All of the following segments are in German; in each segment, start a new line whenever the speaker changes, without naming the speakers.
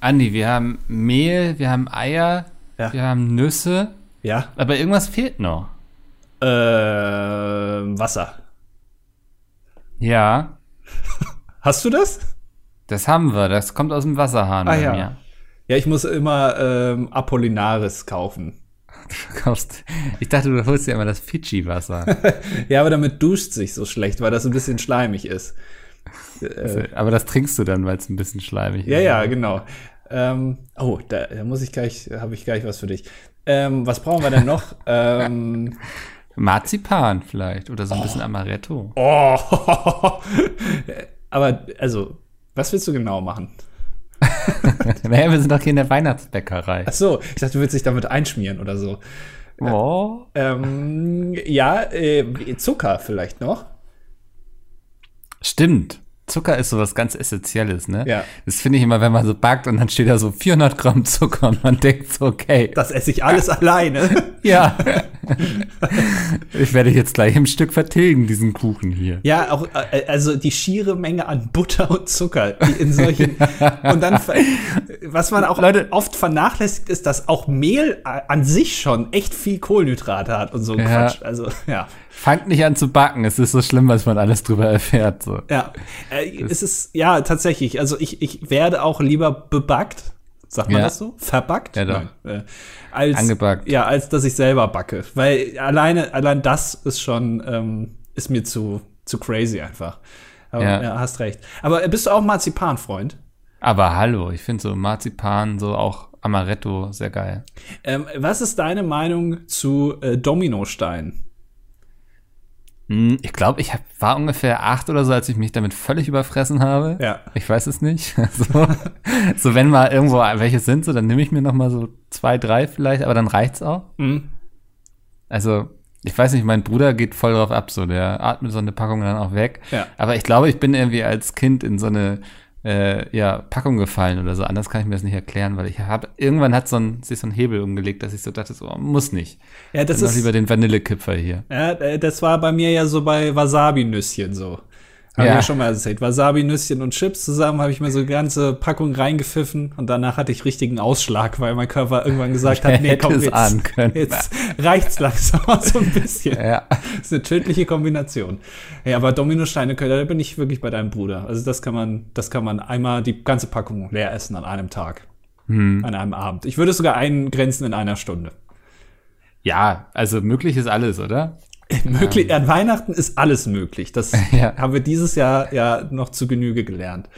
Andi, wir haben Mehl, wir haben Eier,
Ja.
wir haben Nüsse,
Ja.
aber irgendwas fehlt noch.
Äh, Ähm, Wasser.
Ja,
Hast du das?
das haben wir. Das kommt aus dem Wasserhahn
Ah,
bei
ja.
mir.
Ja, ich muss immer ähm, Apollinaris kaufen.
Du kaufst- Ich dachte, du holst dir immer das
Äh.
Fidschi-Wasser.
Ja, aber damit duscht sich so schlecht, weil das ein bisschen schleimig ist.
aber das trinkst du dann, weil es ein bisschen schleimig
Ja,
ist.
ja, genau. Ähm, oh, da, da muss ich gleich, habe ich gleich was für dich. Ähm, was brauchen wir denn noch? ähm,
Marzipan vielleicht oder so ein bisschen Amaretto.
oh, aber also, was willst du genau machen?
naja, wir sind doch hier in der Weihnachtsbäckerei.
Ach so, ich dachte, du willst dich damit einschmieren oder so.
Oh.
Ähm, ja, äh, Zucker vielleicht noch.
Stimmt. Zucker ist sowas ganz Essentielles, ne?
Ja.
Das finde ich immer, wenn man so backt und dann steht da so 400 Gramm Zucker und man denkt so, okay,
Das esse ich alles alleine.
ja. ich werde jetzt gleich im Stück vertilgen, diesen Kuchen hier.
Ja, auch äh, also die schiere Menge an Butter und Zucker, die in solchen und dann ver- was man auch
Leute.
oft vernachlässigt ist, dass auch Mehl äh, an sich schon echt viel Kohlenhydrate hat und so ein
Ja.
Quatsch. Also ja,
Fangt nicht an zu backen, es ist so schlimm, was man alles drüber erfährt. So.
ja, äh, es ist ja tatsächlich. Also ich ich werde auch lieber bebackt. Sagt man
Ja.
das so? Verbackt?
Ja, doch.
Nein, äh, als,
Angebackt.
Ja, als dass ich selber backe. Weil alleine, allein das ist schon, ähm, ist mir zu, zu crazy einfach. Aber, ja.
Ja.
hast recht. Aber bist du auch Marzipan-Freund?
Aber hallo, ich finde so Marzipan, so auch Amaretto sehr geil.
Ähm, was ist deine Meinung zu äh, Dominosteinen?
Hm, Ich glaube, ich hab, war ungefähr acht oder so, als ich mich damit völlig überfressen habe.
Ja.
Ich weiß es nicht. So, so wenn mal irgendwo welche sind, so, dann nehme ich mir noch mal so zwei, drei vielleicht, aber dann reicht's auch.
Hm?
Also, ich weiß nicht, mein Bruder geht voll drauf ab, so der atmet so eine Packung dann auch weg.
Ja.
Aber ich glaube, ich bin irgendwie als Kind in so eine äh, ja, Packung gefallen oder so. Anders kann ich mir das nicht erklären, weil ich habe irgendwann hat so ein, sich so ein Hebel umgelegt, dass ich so dachte, so oh, muss nicht.
Ja, das
Dann noch
ist-
lieber den Vanillekipfer hier.
Ja, äh, das war bei mir ja so bei Wasabi-Nüsschen so. Haben wir
Ja.
ja schon mal erzählt. Wasabi-Nüsschen und Chips zusammen habe ich mir so eine ganze Packung reingepfiffen und danach hatte ich richtigen Ausschlag, weil mein Körper irgendwann gesagt hat, nee,
Hätte
komm,
es ahnen
jetzt,
können.
jetzt reicht's langsam mal so ein bisschen.
Ja.
Das ist eine tödliche Kombination. Ja, aber Dominosteine, können- da bin ich wirklich bei deinem Bruder. Also das kann man, das kann man einmal die ganze Packung leer essen an einem Tag.
Hm.
An einem Abend. Ich würde es sogar eingrenzen in einer Stunde.
Ja, also möglich ist alles, oder?
Möglich, an Weihnachten ist alles möglich. Das
Ähm. Ja.
haben wir dieses Jahr ja noch zu Genüge gelernt.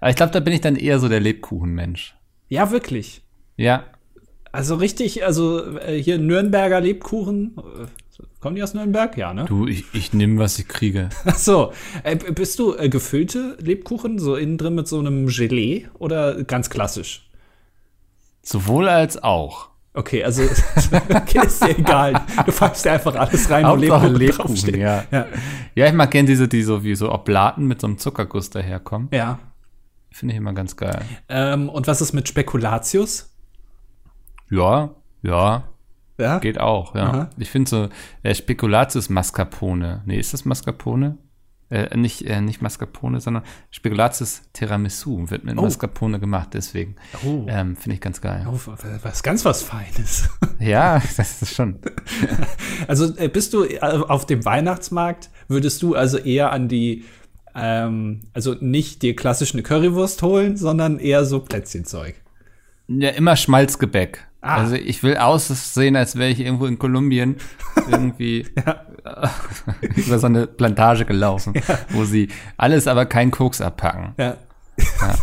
Aber ich glaube, da bin ich dann eher so der Lebkuchenmensch.
Ja, wirklich.
Ja.
Also richtig, also äh, hier Nürnberger Lebkuchen. äh, Kommen die aus Nürnberg? Ja, ne?
Du, ich, ich nehme, was ich kriege.
Ach so. Äh, b- bist du äh, gefüllte Lebkuchen, so innen drin mit so einem Gelee oder ganz klassisch?
Sowohl als auch.
Okay, also okay, ist dir egal. Du packst dir einfach alles rein,
Hauptsache Lebkuchen,
draufsteht.
ja.
ja.
Ja, ich mag gern diese, die so wie so Oblaten mit so einem Zuckerguss daherkommen.
ja.
Finde ich immer ganz geil.
Ähm, und was ist mit Spekulatius?
Ja, ja,
Ja?
geht auch, ja.
Aha.
Ich finde so äh, Spekulatius Mascarpone. Nee, ist das Mascarpone? Äh, nicht, äh, nicht Mascarpone, sondern Spekulatius Tiramisu wird mit Mascarpone gemacht, deswegen.
Oh.
Ähm, finde ich ganz geil.
Oh, was ganz was Feines.
Ja, das ist schon.
Also äh, bist du äh, auf dem Weihnachtsmarkt, würdest du also eher an die, ähm, also nicht dir klassisch eine Currywurst holen, sondern eher so Plätzchenzeug.
Ja, immer Schmalzgebäck.
Ah.
Also ich will aussehen, als wäre ich irgendwo in Kolumbien irgendwie über so eine Plantage gelaufen, wo sie alles, aber kein Koks abpacken.
Ja.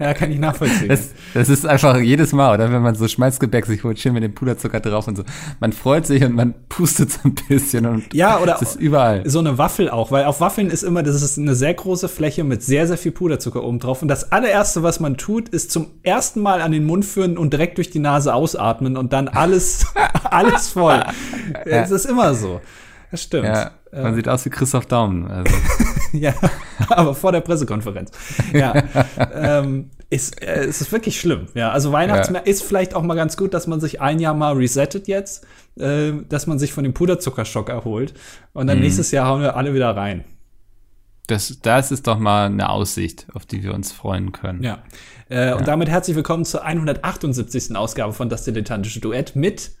Ja, kann ich nachvollziehen.
Das, das ist einfach jedes Mal, oder wenn man so Schmalzgebäck sich holt, schön mit dem Puderzucker drauf und so. Man freut sich und man pustet so ein bisschen und
ja, oder
es ist überall.
so eine Waffel auch, weil auf Waffeln ist immer, das ist eine sehr große Fläche mit sehr, sehr viel Puderzucker oben drauf. Und das allererste, was man tut, ist zum ersten Mal an den Mund führen und direkt durch die Nase ausatmen und dann alles, alles voll. Es ist immer so. Das stimmt.
Ja, man
äh,
sieht aus wie Christoph Daumen. Also,
Ja, aber vor der Pressekonferenz. Ja, ähm, ist, äh, es ist wirklich schlimm. Ja, also Weihnachtsmärkte ist vielleicht auch mal ganz gut, dass man sich ein Jahr mal resettet jetzt, äh, Mhm. dass man sich von dem Puderzuckerschock erholt und dann nächstes Jahr hauen wir alle wieder rein.
Das, das ist doch mal eine Aussicht, auf die wir uns freuen können.
Ja. Äh, Und damit herzlich willkommen zur 178. Ausgabe von Das Dilettantische Duett mit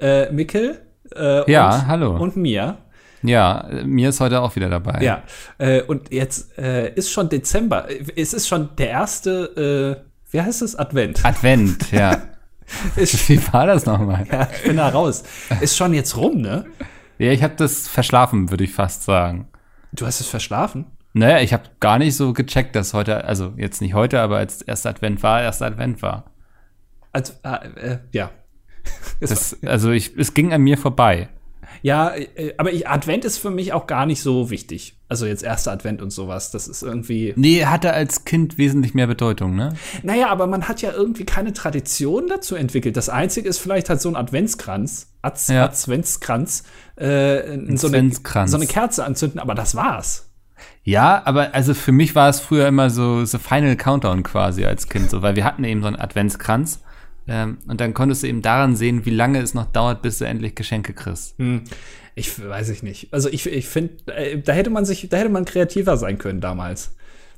äh, Mikkel äh,
Ja,
und,
hallo.
und mir.
Ja, äh, mir ist heute auch wieder dabei.
Ja. Äh, und jetzt äh, ist schon Dezember. äh, Es ist schon der erste, äh, wie heißt es? Advent.
Advent, ja.
Ist-
Wie war das nochmal? Ja.
ja, ich bin da raus. Ist schon jetzt rum, ne?
ich habe das verschlafen, würde ich fast sagen.
Du hast es verschlafen?
Naja, ich habe gar nicht so gecheckt, dass heute, also jetzt nicht heute, aber als erster Advent war, erster Advent war.
Also, äh, äh, ja. Es
Das, also ich, es ging an mir vorbei.
Ja, äh, aber ich, Advent ist für mich auch gar nicht so wichtig. Also jetzt erster Advent und sowas, das ist irgendwie.
Nee, hatte als Kind wesentlich mehr Bedeutung, ne?
Naja, aber man hat ja irgendwie keine Tradition dazu entwickelt. Das Einzige ist vielleicht halt so ein Adventskranz, Adz,
Ja.
Adventskranz, äh, in so, eine,
Adventskranz.
so eine Kerze anzünden, aber das war's.
Ja, aber also für mich war es früher immer so The Final Countdown quasi als Kind, so, weil wir hatten eben so einen Adventskranz. Ähm, und dann konntest du eben daran sehen, wie lange es noch dauert, bis du endlich Geschenke kriegst.
Ich weiß ich nicht. Also ich, ich finde, äh, da hätte man sich, da hätte man kreativer sein können damals.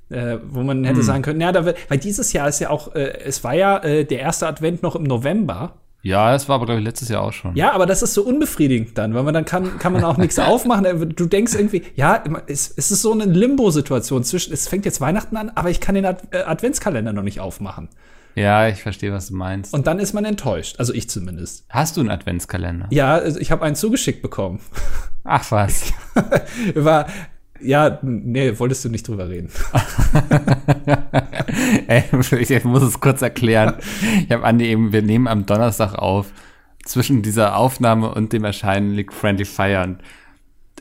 Äh, wo man hätte sagen können, ja, da wird, weil dieses Jahr ist ja auch, äh, es war ja äh, der erste Advent noch im November.
Ja, das war aber, glaube ich, letztes Jahr auch schon.
Ja, aber das ist so unbefriedigend dann, weil man dann kann, kann man auch nichts aufmachen. Äh, Du denkst irgendwie, ja, es, es ist so eine Limbo-Situation zwischen, es fängt jetzt Weihnachten an, aber ich kann den Ad äh, Adventskalender noch nicht aufmachen.
Ja, ich verstehe, was du meinst.
Und dann ist man enttäuscht, also ich zumindest.
Hast du einen Adventskalender?
Ja, also ich habe einen zugeschickt bekommen.
Ach was.
War, ja, nee, wolltest du nicht drüber reden.
Ey, ich muss es kurz erklären. Ich habe Andi eben, wir nehmen am Donnerstag auf. Zwischen dieser Aufnahme und dem Erscheinen liegt Friendly Fire. Und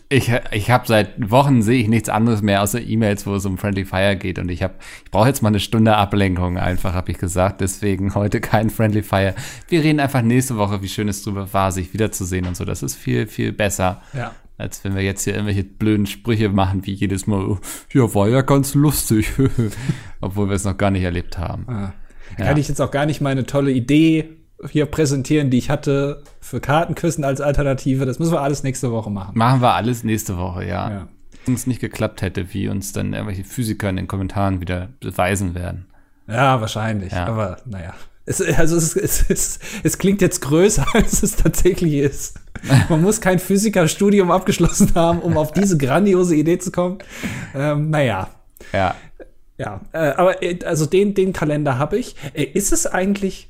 ich, ich habe seit Wochen sehe ich nichts anderes mehr außer E-Mails, wo es um Friendly Fire geht. Und ich habe, ich brauche jetzt mal eine Stunde Ablenkung einfach, habe ich gesagt. Deswegen heute kein Friendly Fire. Wir reden einfach nächste Woche, wie schön es drüber war, sich wiederzusehen und so. Das ist viel, viel besser.
Ja.
Als wenn wir jetzt hier irgendwelche blöden Sprüche machen, wie jedes Mal, "Oh, ja, war ja ganz lustig, obwohl wir es noch gar nicht erlebt haben.
Ah. Da Kann ich jetzt auch gar nicht meine tolle Idee hier präsentieren, die ich hatte für Kartenküssen als Alternative. Das müssen wir alles nächste Woche machen.
Machen wir alles nächste Woche, ja.
Ja.
Wenn es nicht geklappt hätte, wie uns dann irgendwelche Physiker in den Kommentaren wieder beweisen werden.
Ja, wahrscheinlich.
Ja.
Aber naja. Es, also es, es, es, es klingt jetzt größer, als es tatsächlich ist. Man muss kein Physikerstudium abgeschlossen haben, um auf diese grandiose Idee zu kommen. Ähm, naja.
Ja.
Ja, äh, aber äh, also den, den Kalender habe ich. Äh, ist es eigentlich,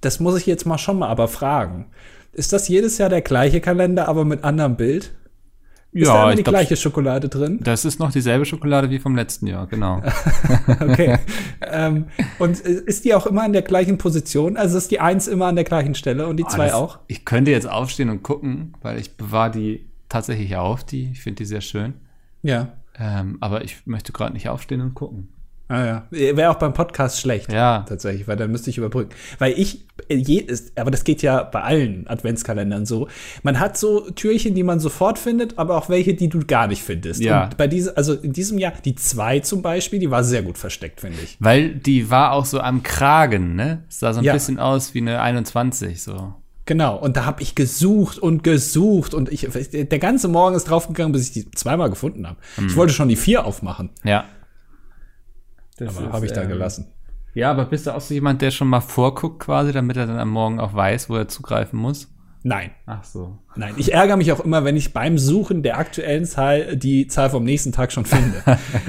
das muss ich jetzt mal schon mal aber fragen, ist das jedes Jahr der gleiche Kalender, aber mit anderem Bild? Ist da
ja,
immer
ich
die
glaub,
gleiche Schokolade drin?
das ist noch dieselbe Schokolade wie vom letzten Jahr, genau.
Okay. ähm, und äh, ist die auch immer an der gleichen Position? Also ist die eins immer an der gleichen Stelle und die
Ah,
zwei
das-
auch?
Ich könnte jetzt aufstehen und gucken, weil ich bewahre die tatsächlich auf, die, ich finde die sehr schön.
Ja.
Ähm, aber ich möchte gerade nicht aufstehen und gucken.
Ah, ja. Wäre auch beim Podcast schlecht.
Ja.
Tatsächlich, weil dann müsste ich überbrücken. Weil ich, äh, je, ist, aber das geht ja bei allen Adventskalendern so. Man hat so Türchen, die man sofort findet, aber auch welche, die du gar nicht findest.
Ja.
Und bei diese, also in diesem Jahr, die zwei zum Beispiel, die war sehr gut versteckt, finde ich.
Weil die war auch so am Kragen, ne? Es sah so ein
Ja.
bisschen aus wie eine 21, so.
Genau. Und da habe ich gesucht und gesucht und ich, der ganze Morgen ist draufgegangen, bis ich die zweimal gefunden habe.
Hm.
Ich wollte schon die vier aufmachen,
Ja.
aber habe ich
ähm,
da gelassen.
Ja, aber bist du auch so jemand, der schon mal vorguckt quasi, damit er dann am Morgen auch weiß, wo er zugreifen muss?
Nein.
Ach so.
Nein, ich ärgere mich auch immer, wenn ich beim Suchen der aktuellen Zahl die Zahl vom nächsten Tag schon finde.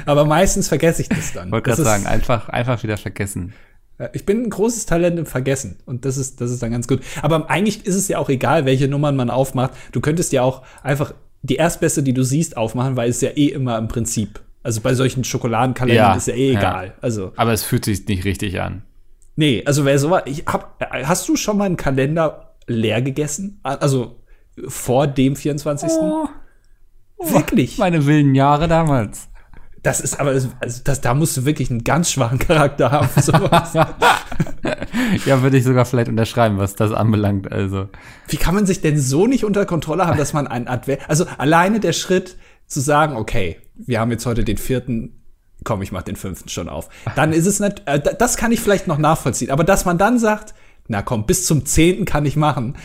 Aber meistens vergesse ich das dann.
Ich wollte
Das
gerade
ist-
sagen, einfach, einfach wieder vergessen.
äh, Ich bin ein großes Talent im Vergessen und das ist, das ist dann ganz gut. Aber eigentlich ist es ja auch egal, welche Nummern man aufmacht. Du könntest ja auch einfach die erstbeste, die du siehst, aufmachen, weil es ja eh immer im Prinzip. Also bei solchen Schokoladenkalendern
Ja,
ist ja eh
ja.
egal. Also,
Aber es fühlt sich nicht richtig an.
nee, also wer so ich hab, äh, hast du schon mal einen Kalender leer gegessen? Also vor dem 24.
Oh.
Wirklich?
Meine wilden Jahre damals.
Das ist aber, also das, da musst du wirklich einen ganz schwachen Charakter haben. für Sowas.
Ja, würde ich sogar vielleicht unterschreiben, was das anbelangt. Also,
Wie kann man sich denn so nicht unter Kontrolle haben, dass man einen Advent, also alleine der Schritt zu sagen, okay, wir haben jetzt heute den vierten, komm, ich mach den fünften schon auf. Dann ist es nicht, äh, da- das kann ich vielleicht noch nachvollziehen, aber dass man dann sagt, na komm, bis zum zehnten kann ich machen.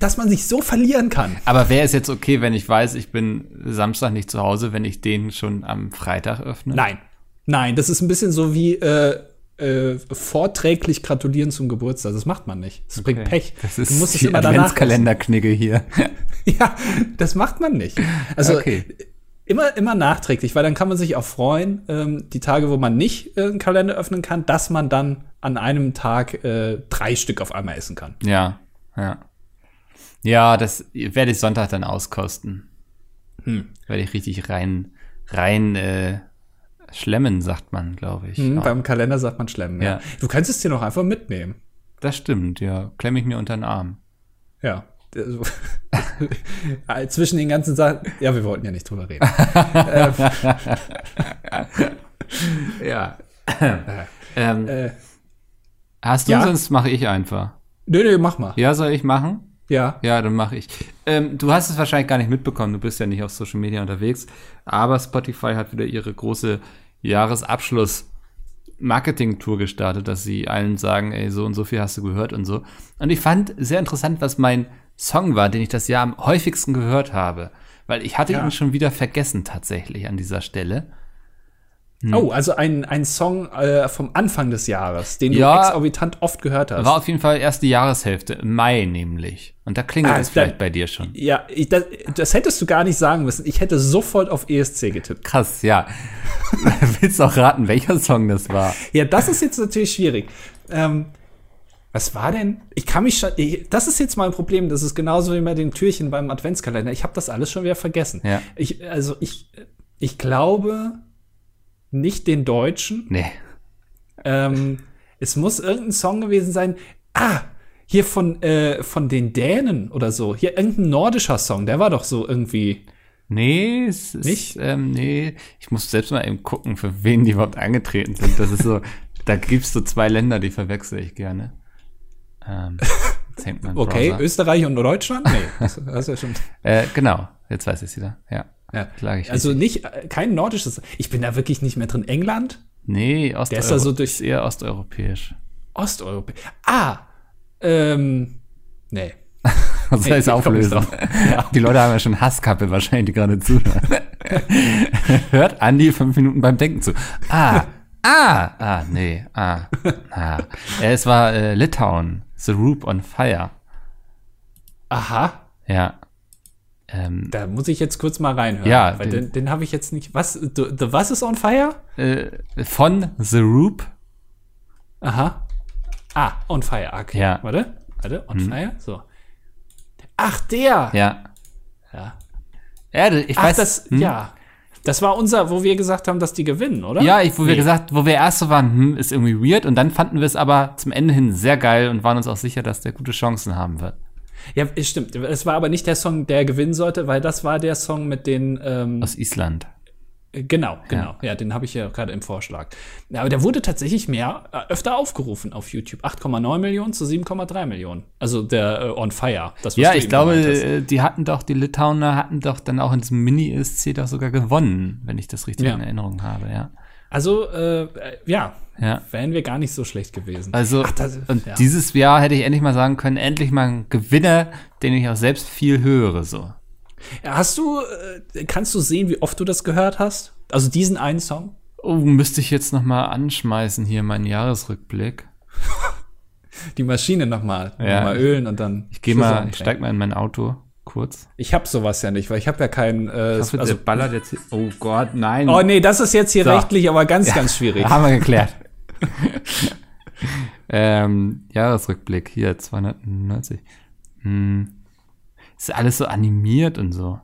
dass man sich so verlieren kann.
Aber wäre es jetzt okay, wenn ich weiß, ich bin Samstag nicht zu Hause, wenn ich den schon am Freitag öffne?
Nein. Nein, das ist ein bisschen so wie äh, äh, vorträglich gratulieren zum Geburtstag. Das macht man nicht. Das bringt
Okay.
Pech.
Das
du
ist
musst es
die
immer danach.
Adventskalenderknigge hier.
Ja, das macht man nicht. Also
Okay.
immer, immer nachträglich, weil dann kann man sich auch freuen, ähm, die Tage, wo man nicht äh, einen Kalender öffnen kann, dass man dann an einem Tag äh, drei Stück auf einmal essen kann.
Ja, ja. Ja, das werde ich Sonntag dann auskosten. Hm. Werde ich richtig rein, rein äh, schlemmen, sagt man, glaube ich.
Mhm,
Ja,
Beim Kalender sagt man Schlemmen. Ja.
Ja.
Du kannst es dir noch einfach mitnehmen.
das stimmt, ja. Klemme ich mir unter den Arm.
Ja. Also, zwischen den ganzen Sachen. Ja, wir wollten ja nicht drüber reden.
Ja.
Äh,
Ähm,
äh,
hast du,
ja.
sonst mache ich einfach.
nö, nö, mach mal.
Ja, soll ich machen?
Ja.
Ja, dann mache ich. Ähm, du hast es wahrscheinlich gar nicht mitbekommen, du bist ja nicht auf Social Media unterwegs, aber Spotify hat wieder ihre große Jahresabschluss Marketing-Tour gestartet, dass sie allen sagen, ey, so und so viel hast du gehört und so. Und ich fand sehr interessant, was mein Song war, den ich das Jahr am häufigsten gehört habe. Weil ich hatte
Ja.
ihn schon wieder vergessen tatsächlich an dieser Stelle. Hm.
Oh, also ein, ein Song äh, vom Anfang des Jahres, den
Ja.
du exorbitant oft gehört hast.
War auf jeden Fall erst die Jahreshälfte, im Mai nämlich. Und da klingelt
Ah,
es
dann-
vielleicht bei dir schon.
Ja, ich, das, das hättest du gar nicht sagen müssen. Ich hätte sofort auf ESC getippt.
Krass, ja. Willst du auch raten, welcher Song das war?
Ja, das ist jetzt natürlich schwierig. Ähm, was war denn? Ich kann mich schon. Ich, das ist jetzt mein Problem. Das ist genauso wie bei den Türchen beim Adventskalender. Ich habe das alles schon wieder vergessen.
Ja.
Ich, also ich, ich glaube nicht den Deutschen.
Nee.
Ähm, es muss irgendein Song gewesen sein. Ah, hier von, äh, von den Dänen oder so. Hier irgendein nordischer Song. Der war doch so irgendwie.
Nee, es ist,
Nicht?
Ähm, nee, ich muss selbst mal eben gucken, für wen die überhaupt angetreten sind. Das ist so, da gibt's so zwei Länder, die verwechsel ich gerne. Ähm, jetzt hängt mein
Okay,
Browser.
Österreich und Deutschland? Nee, das, das ist ja schon.
Äh, genau, jetzt weiß ich wieder. Ja,
Ja.
klar ich.
Also nicht, äh, kein nordisches. Ich bin da wirklich nicht mehr drin. England?
nee,
Der
Osteuropa
ist da so durch-
ist eher osteuropäisch.
Osteuropa. Ah! Ähm. Nee.
Was soll
Nee,
ich
ich komm nicht
auflösen? Die Leute haben ja schon Hasskappe wahrscheinlich, die gerade zuhören. Hört Andi fünf Minuten beim Denken zu. Ah, ah, ah, nee, ah, ah. Äh, Es war äh, Litauen, The Roop on Fire.
Aha.
Ja. Ähm,
Da muss ich jetzt kurz mal reinhören.
Ja,
Weil
den-
den, den, habe ich jetzt nicht. Was? The, the Was is on Fire?
äh, von The Roop,
Aha. Ah, on Fire. Okay.
Ja. Mhm.
Warte. Warte, on Fire? So. Ach, der!
ja.
Ja.
Ja, ich
Ach,
weiß.
das.
hm?
Ja. Das war unser, wo wir gesagt haben, dass die gewinnen, oder?
Ja, ich, wo wir
Nee.
gesagt, wo wir erst so waren, hm, ist irgendwie weird. Und dann fanden wir es aber zum Ende hin sehr geil und waren uns auch sicher, dass der gute Chancen haben wird.
Ja, stimmt. Es war aber nicht der Song, der gewinnen sollte, weil das war der Song mit den. Ähm,
Aus Island.
Genau, genau. Ja, den habe ich ja gerade im Vorschlag. Ja, Aber der wurde tatsächlich mehr äh, öfter aufgerufen auf YouTube. 8,9 Millionen zu 7,3 Millionen. Also der äh, On Fire. Das, was
Ja,
du
ich
eben
glaube,
gemeint hast.
äh, die hatten doch, die Litauer hatten doch dann auch in diesem Mini-ESC doch sogar gewonnen, wenn ich das richtig
Ja.
in Erinnerung habe, ja.
Also, äh, äh, ja,
Ja.
wären wir gar nicht so schlecht gewesen.
Also,
Ach, das-
und
ja.
dieses Jahr hätte ich endlich mal sagen können, endlich mal ein Gewinner, den ich auch selbst viel höre, so.
Hast du, äh, kannst du sehen, wie oft du das gehört hast? Also diesen einen Song?
Oh, müsste ich jetzt noch mal anschmeißen hier meinen Jahresrückblick.
Die Maschine nochmal.
Ja.
Nochmal ölen und dann.
Ich gehe mal, ich steig mal in mein Auto, kurz.
Ich hab sowas ja nicht, weil ich habe ja keinen. Äh, also,
ballert jetzt Oh Gott, nein.
oh nee, das ist jetzt hier
So.
rechtlich aber ganz, ganz schwierig.
Haben wir geklärt. ähm, Jahresrückblick, hier 290. Hm. Ist alles so animiert und so.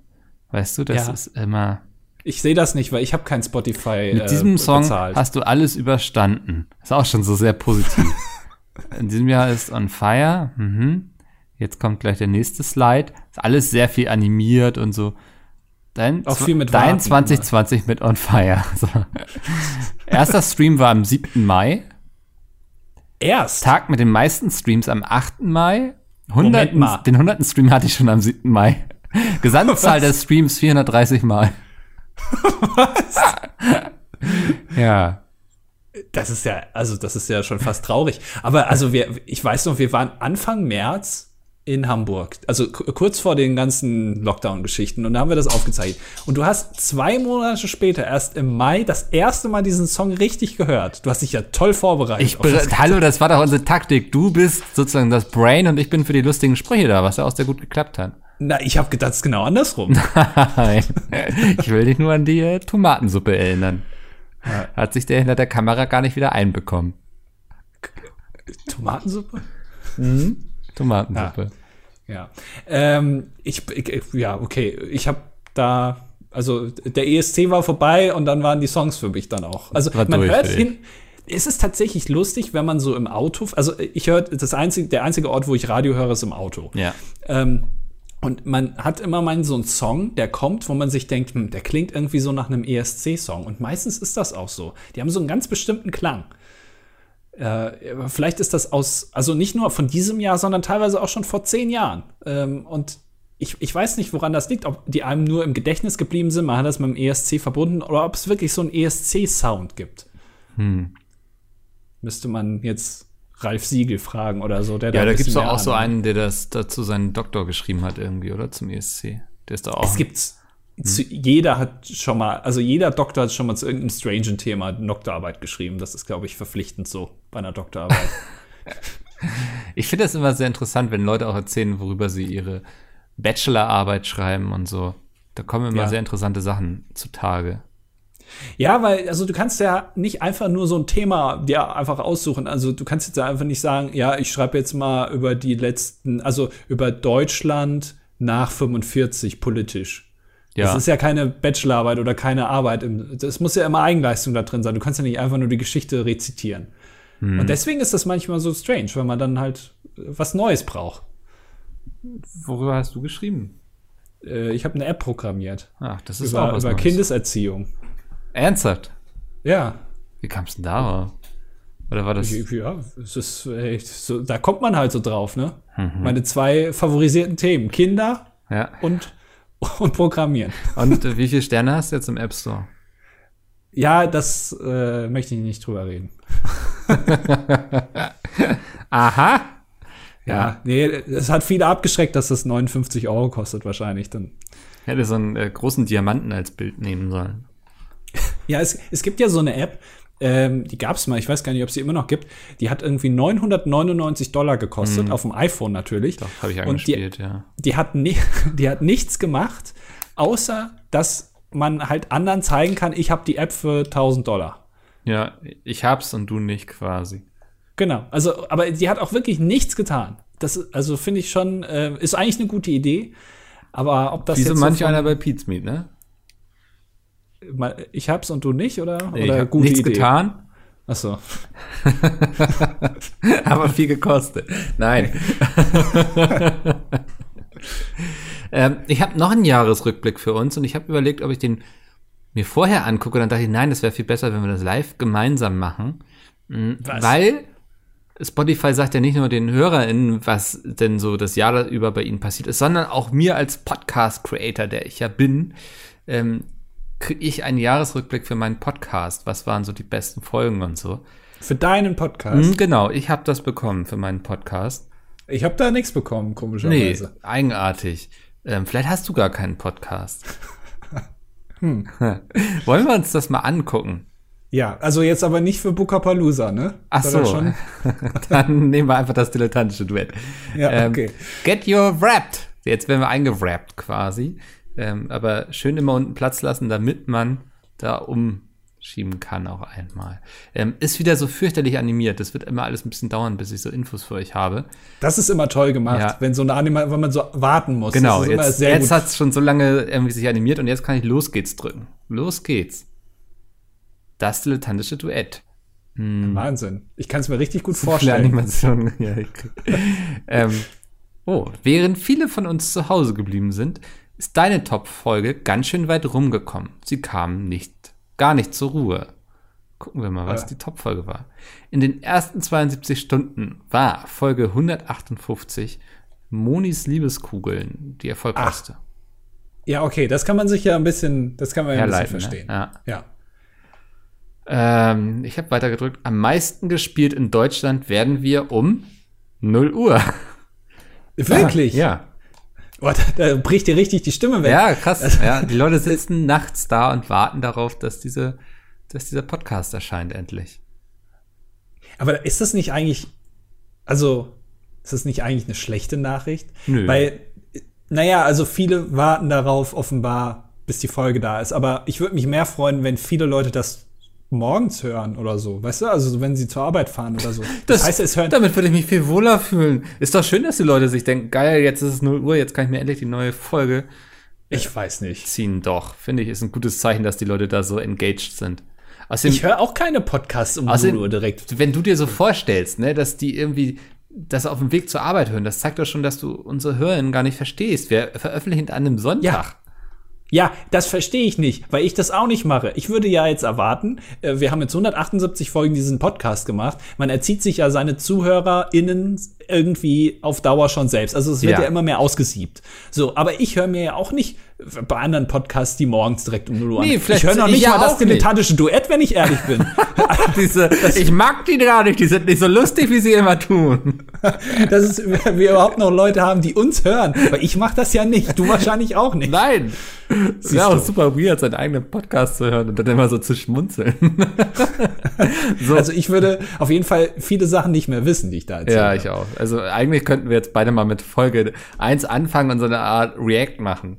Weißt du, das
Ja.
ist immer.
Ich sehe das nicht, weil ich habe kein Spotify
Mit diesem Song
Äh, bezahlt.
hast du alles überstanden. Ist auch schon so sehr positiv. In diesem Jahr ist On Fire. Mhm. Jetzt kommt gleich der nächste Slide. Ist alles sehr viel animiert und so. Dein,
Auch viel mit
dein
Warten ne?
2020 mit On Fire. So. Erster Stream war am 7. Mai.
Erst.
Tag mit den meisten Streams am 8. Mai. 100,
Moment mal.
Den 100. Stream hatte ich schon am 7. Mai. Gesamtzahl der Streams 430 Mal. Was? ja.
Das ist ja, also das ist ja schon fast traurig. Aber also wir, ich weiß noch, wir waren Anfang März in Hamburg. Also k- kurz vor den ganzen Lockdown-Geschichten. Und da haben wir das aufgezeichnet. Und du hast zwei Monate später, erst im Mai, das erste Mal diesen Song richtig gehört. Du hast dich ja toll vorbereitet.
Ich
auf das-
ber- Hallo, Oh, das war doch unsere Taktik. Du bist sozusagen das Brain und ich bin für die lustigen Sprüche da, was ja auch sehr gut geklappt hat.
Na, ich habe gedacht, es ist genau andersrum.
Nein. ich will dich nur an die äh, Tomatensuppe erinnern. Hat sich der hinter der Kamera gar nicht wieder einbekommen.
Tomatensuppe?
Tomatensuppe.
Ja. Ähm, ich, ich, ja, okay. Ich habe da, also der ESC war vorbei und dann waren die Songs für mich dann auch. Also
War
man
durch
hört
für
hin. Es ist tatsächlich lustig, wenn man so im Auto, also ich höre, das einzige, der einzige Ort, wo ich Radio höre, ist im Auto.
Ja.
Ähm, und man hat immer mal so einen Song, der kommt, wo man sich denkt, hm, der klingt irgendwie so nach einem ESC-Song. Und meistens ist das auch so. Die haben so einen ganz bestimmten Klang. Äh, aber vielleicht ist das aus, also nicht nur von diesem Jahr, sondern teilweise auch schon vor zehn Jahren. Ähm, und ich, ich weiß nicht, woran das liegt, ob die einem nur im Gedächtnis geblieben sind, man hat das mit dem ESC verbunden, oder ob es wirklich so einen ESC-Sound gibt.
Hm.
Müsste man jetzt Ralf Siegel fragen oder so. Der
Ja,
ein
da gibt's
bisschen
doch
mehr
auch so
Ahnung hat.
einen, der das dazu seinen Doktor geschrieben hat irgendwie, oder? Zum ESC. Der ist da auch.
Es gibt zu, jeder hat schon mal, also jeder Doktor hat schon mal zu irgendeinem strangen Thema eine Doktorarbeit geschrieben. Das ist, glaube ich, verpflichtend so bei einer Doktorarbeit.
Ich finde das immer sehr interessant, wenn Leute auch erzählen, worüber sie ihre Bachelorarbeit schreiben und so. Da kommen immer
Ja.
sehr interessante Sachen zutage.
ja, weil, also du kannst ja nicht einfach nur so ein Thema dir einfach aussuchen. Also du kannst jetzt einfach nicht sagen, ja, ich schreibe jetzt mal über die letzten, also über Deutschland nach 45 politisch.
Ja.
Das ist ja keine Bachelorarbeit oder keine Arbeit. im- Es muss ja immer Eigenleistung da drin sein. Du kannst ja nicht einfach nur die Geschichte rezitieren.
Hm.
Und deswegen ist das manchmal so strange, weil man dann halt äh, was Neues braucht.
Worüber hast du geschrieben?
Äh, Ich habe eine App programmiert
Ach, Ah, das ist auch
über,
was
über
Neues.
Kindeserziehung.
Ernsthaft?
Ja,
Wie kam's denn darauf? Oder war das?
Ich- ja, es ist echt so, da kommt man halt so drauf, ne? Meine zwei favorisierten Themen: Kinder
Ja.
und und Programmieren.
Und äh, wie viele Sterne hast du jetzt im App Store?
Ja, das äh, möchte ich nicht drüber reden.
Aha.
Ja, nee, es hat viele abgeschreckt, dass das 59 Euro kostet wahrscheinlich dann.
Ich hätte so einen äh, großen Diamanten als Bild nehmen sollen.
Ja, es, es gibt ja so eine App, ähm, die gab's mal, ich weiß gar nicht, ob sie immer noch gibt. Die hat irgendwie 999 Dollar gekostet, auf dem iPhone natürlich.
Doch, habe ich
Und die,
angespielt, ja.
die, hat ni die hat nichts gemacht, außer dass man halt anderen zeigen kann, ich habe die App für 1000 Dollar.
Ja, ich hab's und du nicht quasi.
Genau, also, aber die hat auch wirklich nichts getan. Das, ist- also finde ich schon, äh, ist eigentlich eine gute Idee. Aber ob das
Wie so
jetzt
manch
von-
einer bei Pizmeet, ne?
Mal- Ich hab's und du nicht, oder?
Nee,
oder
ich hab nichts getan,
Achso.
aber viel gekostet. Nein. ähm, ich habe noch einen Jahresrückblick für uns und ich habe überlegt, ob ich den mir vorher angucke. Dann dachte ich, nein, das wäre viel besser, wenn wir das live gemeinsam machen. Mhm,
Was?
Weil Spotify sagt ja nicht nur den HörerInnen, was denn so das Jahr über bei ihnen passiert ist, sondern auch mir als Podcast-Creator, der ich ja bin, ähm, kriege ich einen Jahresrückblick für meinen Podcast. Was waren so die besten Folgen und so?
Für deinen Podcast.
Mhm, genau, ich habe das bekommen für meinen Podcast.
Ich habe da nichts bekommen,
Nee,
komischerweise.
eigenartig. Ähm, vielleicht hast du gar keinen Podcast. Hm. Wollen wir uns das mal angucken?
Ja, also jetzt aber nicht für Bukapalooza, ne?
Ach
Sondern
so. Dann nehmen wir einfach das dilettantische Duett.
Ja,
Ähm,
okay.
Get your wrapped. Jetzt werden wir eingewrappt quasi. Ähm, aber schön immer unten Platz lassen, damit man da umschieben kann auch einmal. Ähm, ist wieder so fürchterlich animiert. Das wird immer alles ein bisschen dauern, bis ich so Infos für euch habe.
Das ist immer toll gemacht,
Ja.
wenn so eine Anime, wenn man so warten muss.
Genau,
das ist immer
jetzt,
sehr
jetzt
gut.
hat es schon so lange irgendwie sich animiert und jetzt kann ich Los geht's drücken. Los geht's. Das dilettantische Duett. Hm.
Wahnsinn. Ich kann es mir richtig gut
Viele
vorstellen.
Animationen. Ja, ich krieg- ähm, oh, während viele von uns zu Hause geblieben sind, ist deine Top-Folge ganz schön weit rumgekommen. Sie kam nicht, gar nicht zur Ruhe. Gucken wir mal, was
Ja.
die Top-Folge war. In den ersten 72 Stunden war Folge 158 Monis Liebeskugeln die
Ah,
erfolgreichste.
Ja, okay, das kann man sich ja ein bisschen, das kann man ja ein bisschen
Herleiten, ne?
verstehen.
Ja.
ja.
Ähm, ich habe weitergedrückt. Am meisten gespielt in Deutschland werden wir um 0 Uhr.
Wirklich?
Ja.
Oh, da, da bricht dir richtig die Stimme weg.
Ja, krass. Ja, die Leute sitzen nachts da und warten darauf, dass, diese, dass dieser Podcast erscheint endlich.
Aber ist das nicht eigentlich, also, ist das nicht eigentlich eine schlechte Nachricht?
Nö.
Weil, naja, also viele warten darauf offenbar, bis die Folge da ist. Aber ich würde mich mehr freuen, wenn viele Leute das morgens hören oder so. Weißt du, also so, wenn sie zur Arbeit fahren oder so. Das, heißt, es hören.
damit würde ich mich viel wohler fühlen. Ist doch schön, dass die Leute sich denken, geil, jetzt ist es 0 Uhr, jetzt kann ich mir endlich die neue Folge
Ich weiß nicht.
ziehen. Doch, finde ich, ist ein gutes Zeichen, dass die Leute da so engaged sind. Außerdem,
Ich höre auch keine Podcasts um
Außerdem-
0 Uhr direkt.
wenn du dir so vorstellst, ne, dass die irgendwie das auf dem Weg zur Arbeit hören, das zeigt doch schon, dass du unsere Hörerinnen gar nicht verstehst. Wir veröffentlichen an einem Sonntag.
Ja, das verstehe ich nicht, weil ich das auch nicht mache. Ich würde ja jetzt erwarten, äh, wir haben jetzt 178 Folgen diesen Podcast gemacht. Man erzieht sich ja seine ZuhörerInnen irgendwie auf Dauer schon selbst. Also es wird
Ja.
ja, immer mehr ausgesiebt. So, aber ich höre mir ja auch nicht äh, bei anderen Podcasts die morgens direkt um 0 Uhr
Nee,
an.
vielleicht-
ich höre noch
ich
nicht
ja
mal
auch
das
nicht.
dilettantische Duett, wenn ich ehrlich bin.
Diese, ich mag die gar nicht, die sind nicht so lustig, wie sie immer tun.
Dass es, wir überhaupt noch Leute haben, die uns hören. Weil ich mache das ja nicht. Du wahrscheinlich auch nicht.
Nein. Es wäre
du.
auch super weird, seinen eigenen Podcast zu hören und dann immer so zu schmunzeln. so,
Also ich würde auf jeden Fall viele Sachen nicht mehr wissen, die ich da erzähle.
ja, ich auch. Also eigentlich könnten wir jetzt beide mal mit Folge 1 anfangen und so eine Art React machen.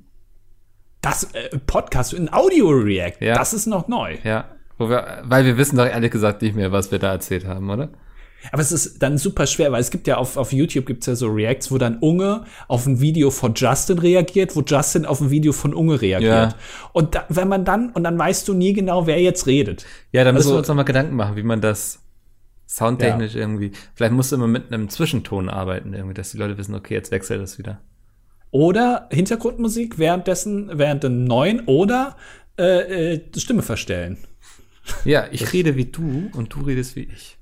Das äh, Podcast, ein Audio-React,
Ja.
das ist noch neu.
Ja. Wo wir, weil wir wissen doch ehrlich gesagt nicht mehr, was wir da erzählt haben, oder?
Aber es ist dann super schwer, weil es gibt ja auf, auf YouTube gibt's ja so Reacts, wo dann Unge auf ein Video von Justin reagiert, wo Justin auf ein Video von Unge reagiert.
Ja.
Und da, wenn man dann, und dann weißt du nie genau, wer jetzt redet.
Ja, da müssen
Also-
wir uns nochmal Gedanken machen, wie man das soundtechnisch irgendwie. Vielleicht musst du immer mit einem Zwischenton arbeiten, irgendwie, dass die Leute wissen, okay, jetzt wechselt das wieder.
Oder Hintergrundmusik währenddessen, während dem neuen, oder äh, äh, Stimme verstellen.
Ja, ich rede wie du und du redest wie ich.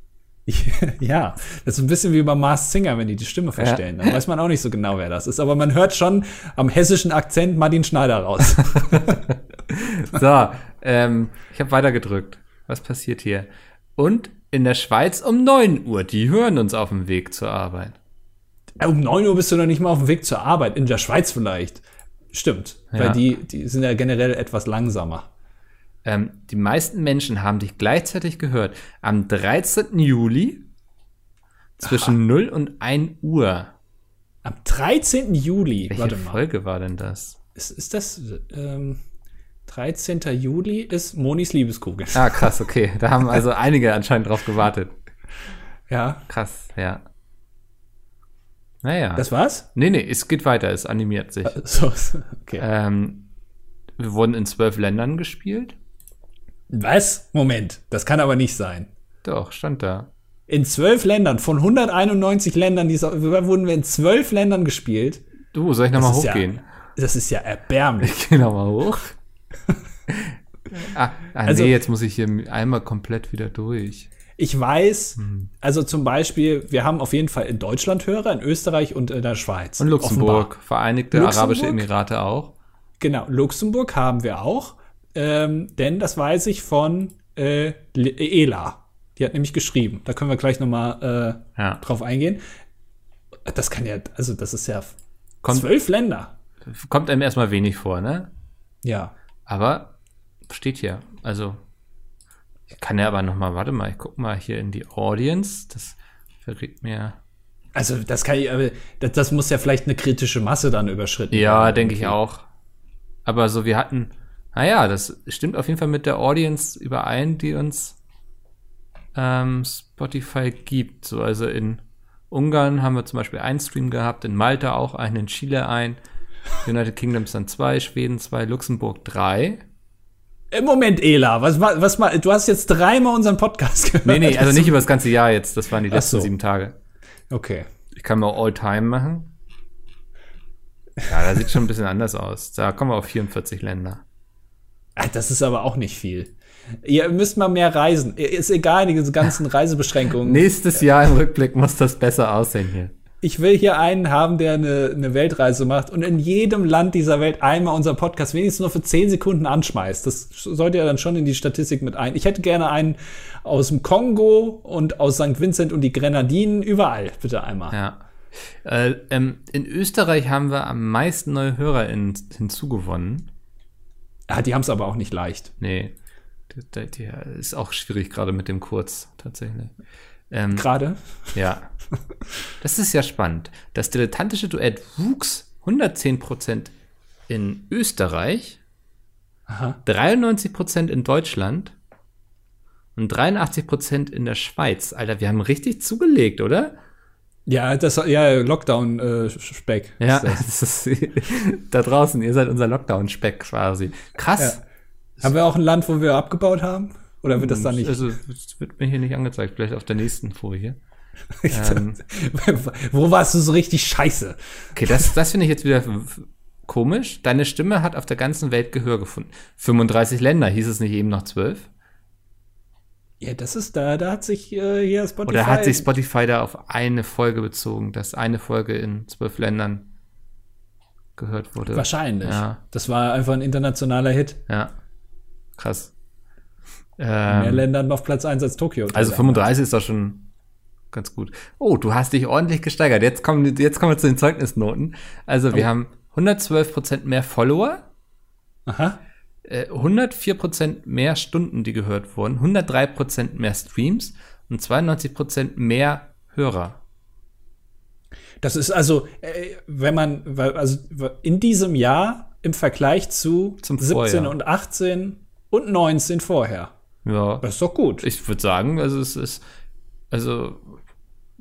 ja, das ist ein bisschen wie bei Mars Singer, wenn die die Stimme verstellen. Dann weiß man auch nicht so genau, wer das ist. Aber man hört schon am hessischen Akzent Martin Schneider raus.
So, ähm, ich habe weitergedrückt. Was passiert hier? Und in der Schweiz um 9 Uhr. Die hören uns auf dem Weg zur Arbeit.
Ja, Um 9 Uhr bist du noch nicht mal auf dem Weg zur Arbeit, in der Schweiz vielleicht. Stimmt,
Ja.
weil die, die sind ja generell etwas langsamer.
Ähm, die meisten Menschen haben dich gleichzeitig gehört. Am 13. Juli zwischen 0 und 1 Uhr.
Am 13. Juli,
Welche
warte mal,
Folge war denn das?
ist, ist das ähm, 13. Juli ist Monis Liebeskugel.
Ah, krass, okay. Da haben also einige anscheinend drauf gewartet.
Ja,
Krass, ja. Naja.
das Äh. war's?
nee, nee, es geht weiter, es animiert sich.
So, okay.
Ähm, wir wurden in zwölf Ländern gespielt.
Was? Moment, das kann aber nicht sein.
Doch, stand da.
In zwölf Ländern, von 191 Ländern, die es- wurden wir in zwölf Ländern gespielt.
Du, soll ich nochmal
ist ja-
hochgehen?
Das ist ja erbärmlich.
Ich geh nochmal hoch. ah, ah
Also-
nee, jetzt muss ich hier einmal komplett wieder durch.
Ich weiß,
Hm.
also zum Beispiel, wir haben auf jeden Fall in Deutschland Hörer, in Österreich und in der Schweiz.
Und Luxemburg,
Offenbar.
Vereinigte
Luxemburg?
Arabische Emirate auch.
Genau, Luxemburg haben wir auch, ähm, denn das weiß ich von äh, Le- Ela. Die hat nämlich geschrieben. Da können wir gleich nochmal äh,
Ja.
drauf eingehen. Das kann ja, also das ist ja
Kommt-
zwölf Länder.
Kommt einem erstmal wenig vor, ne?
Ja.
Aber steht hier. Also, ich kann ja aber nochmal, warte mal, ich guck mal hier in die Audience. Das verrät mir.
Also das kann ich, aber das, das muss ja vielleicht eine kritische Masse dann überschritten
Ja,
werden.
denke ich auch. Aber so, wir hatten, naja, das stimmt auf jeden Fall mit der Audience überein, die uns ähm, Spotify gibt. So, also in Ungarn haben wir zum Beispiel einen Stream gehabt, in Malta auch einen, in Chile ein, United Kingdoms dann zwei, Schweden zwei, Luxemburg drei.
Äh, Moment, Ela, was, ma- was, ma- du hast jetzt dreimal unseren Podcast gehört.
Nee, nee, also nicht über das ganze Jahr jetzt, das waren die
Ach
letzten
so.
sieben Tage.
Okay.
Ich kann mal All-Time machen. Ja, da sieht schon ein bisschen anders aus. Da kommen wir auf 44 Länder.
Ah, Das ist aber auch nicht viel. Ihr müsst mal mehr reisen. Ist egal, diese ganzen Reisebeschränkungen.
Nächstes Jahr im Rückblick muss das besser aussehen hier.
Ich will hier einen haben, der eine, eine Weltreise macht und in jedem Land dieser Welt einmal unseren Podcast wenigstens nur für 10 Sekunden anschmeißt. Das sollte ja dann schon in die Statistik mit ein. Ich hätte gerne einen aus dem Kongo und aus St. Vincent und die Grenadinen überall, bitte einmal.
Ja. Äh, ähm, in Österreich haben wir am meisten neue Hörer in, hinzugewonnen.
Ah, die haben es aber auch nicht leicht.
Nee, die, die, die ist auch schwierig gerade mit dem Kurz tatsächlich. Ähm,
Gerade.
ja, das ist ja spannend. Das dilettantische Duett wuchs 110% in Österreich,
Aha.
93% in Deutschland und 83% in der Schweiz. Alter, wir haben richtig zugelegt, oder?
Ja, das ja äh, Lockdown-Speck.
Ja,
Ist das.
das ist, da draußen, ihr seid unser Lockdown-Speck quasi. Krass.
Haben wir auch ein Land, wo wir abgebaut haben? Oder wird das dann nicht?
Also, das wird mir hier nicht angezeigt. Vielleicht auf der nächsten Folie. ähm,
wo warst du so richtig scheiße?
Okay, das, das finde ich jetzt wieder f- komisch. Deine Stimme hat auf der ganzen Welt Gehör gefunden. 35 Länder, hieß es nicht eben noch 12?
Ja, das ist da, da hat sich äh, hier Spotify.
Oder hat sich Spotify da auf eine Folge bezogen, dass eine Folge in zwölf Ländern gehört wurde?
Wahrscheinlich.
Ja.
Das war einfach ein internationaler Hit.
Ja. Krass.
Mehr
Ähm,
Ländern auf Platz 1 als Tokio.
also 35 ist doch schon ganz gut. Oh, du hast dich ordentlich gesteigert. Jetzt kommen, die- jetzt kommen wir zu den Zeugnisnoten. Also, wir
Oh.
haben 112% mehr Follower.
Aha.
äh, 104% mehr Stunden, die gehört wurden, 103% mehr Streams und 92% mehr Hörer.
Das ist also, äh, wenn man, weil- also in diesem Jahr im Vergleich zu
Zum
17
Vorjahr.
und 18 und 19 vorher.
Ja,
Das ist doch gut.
ich würde sagen, also es ist, also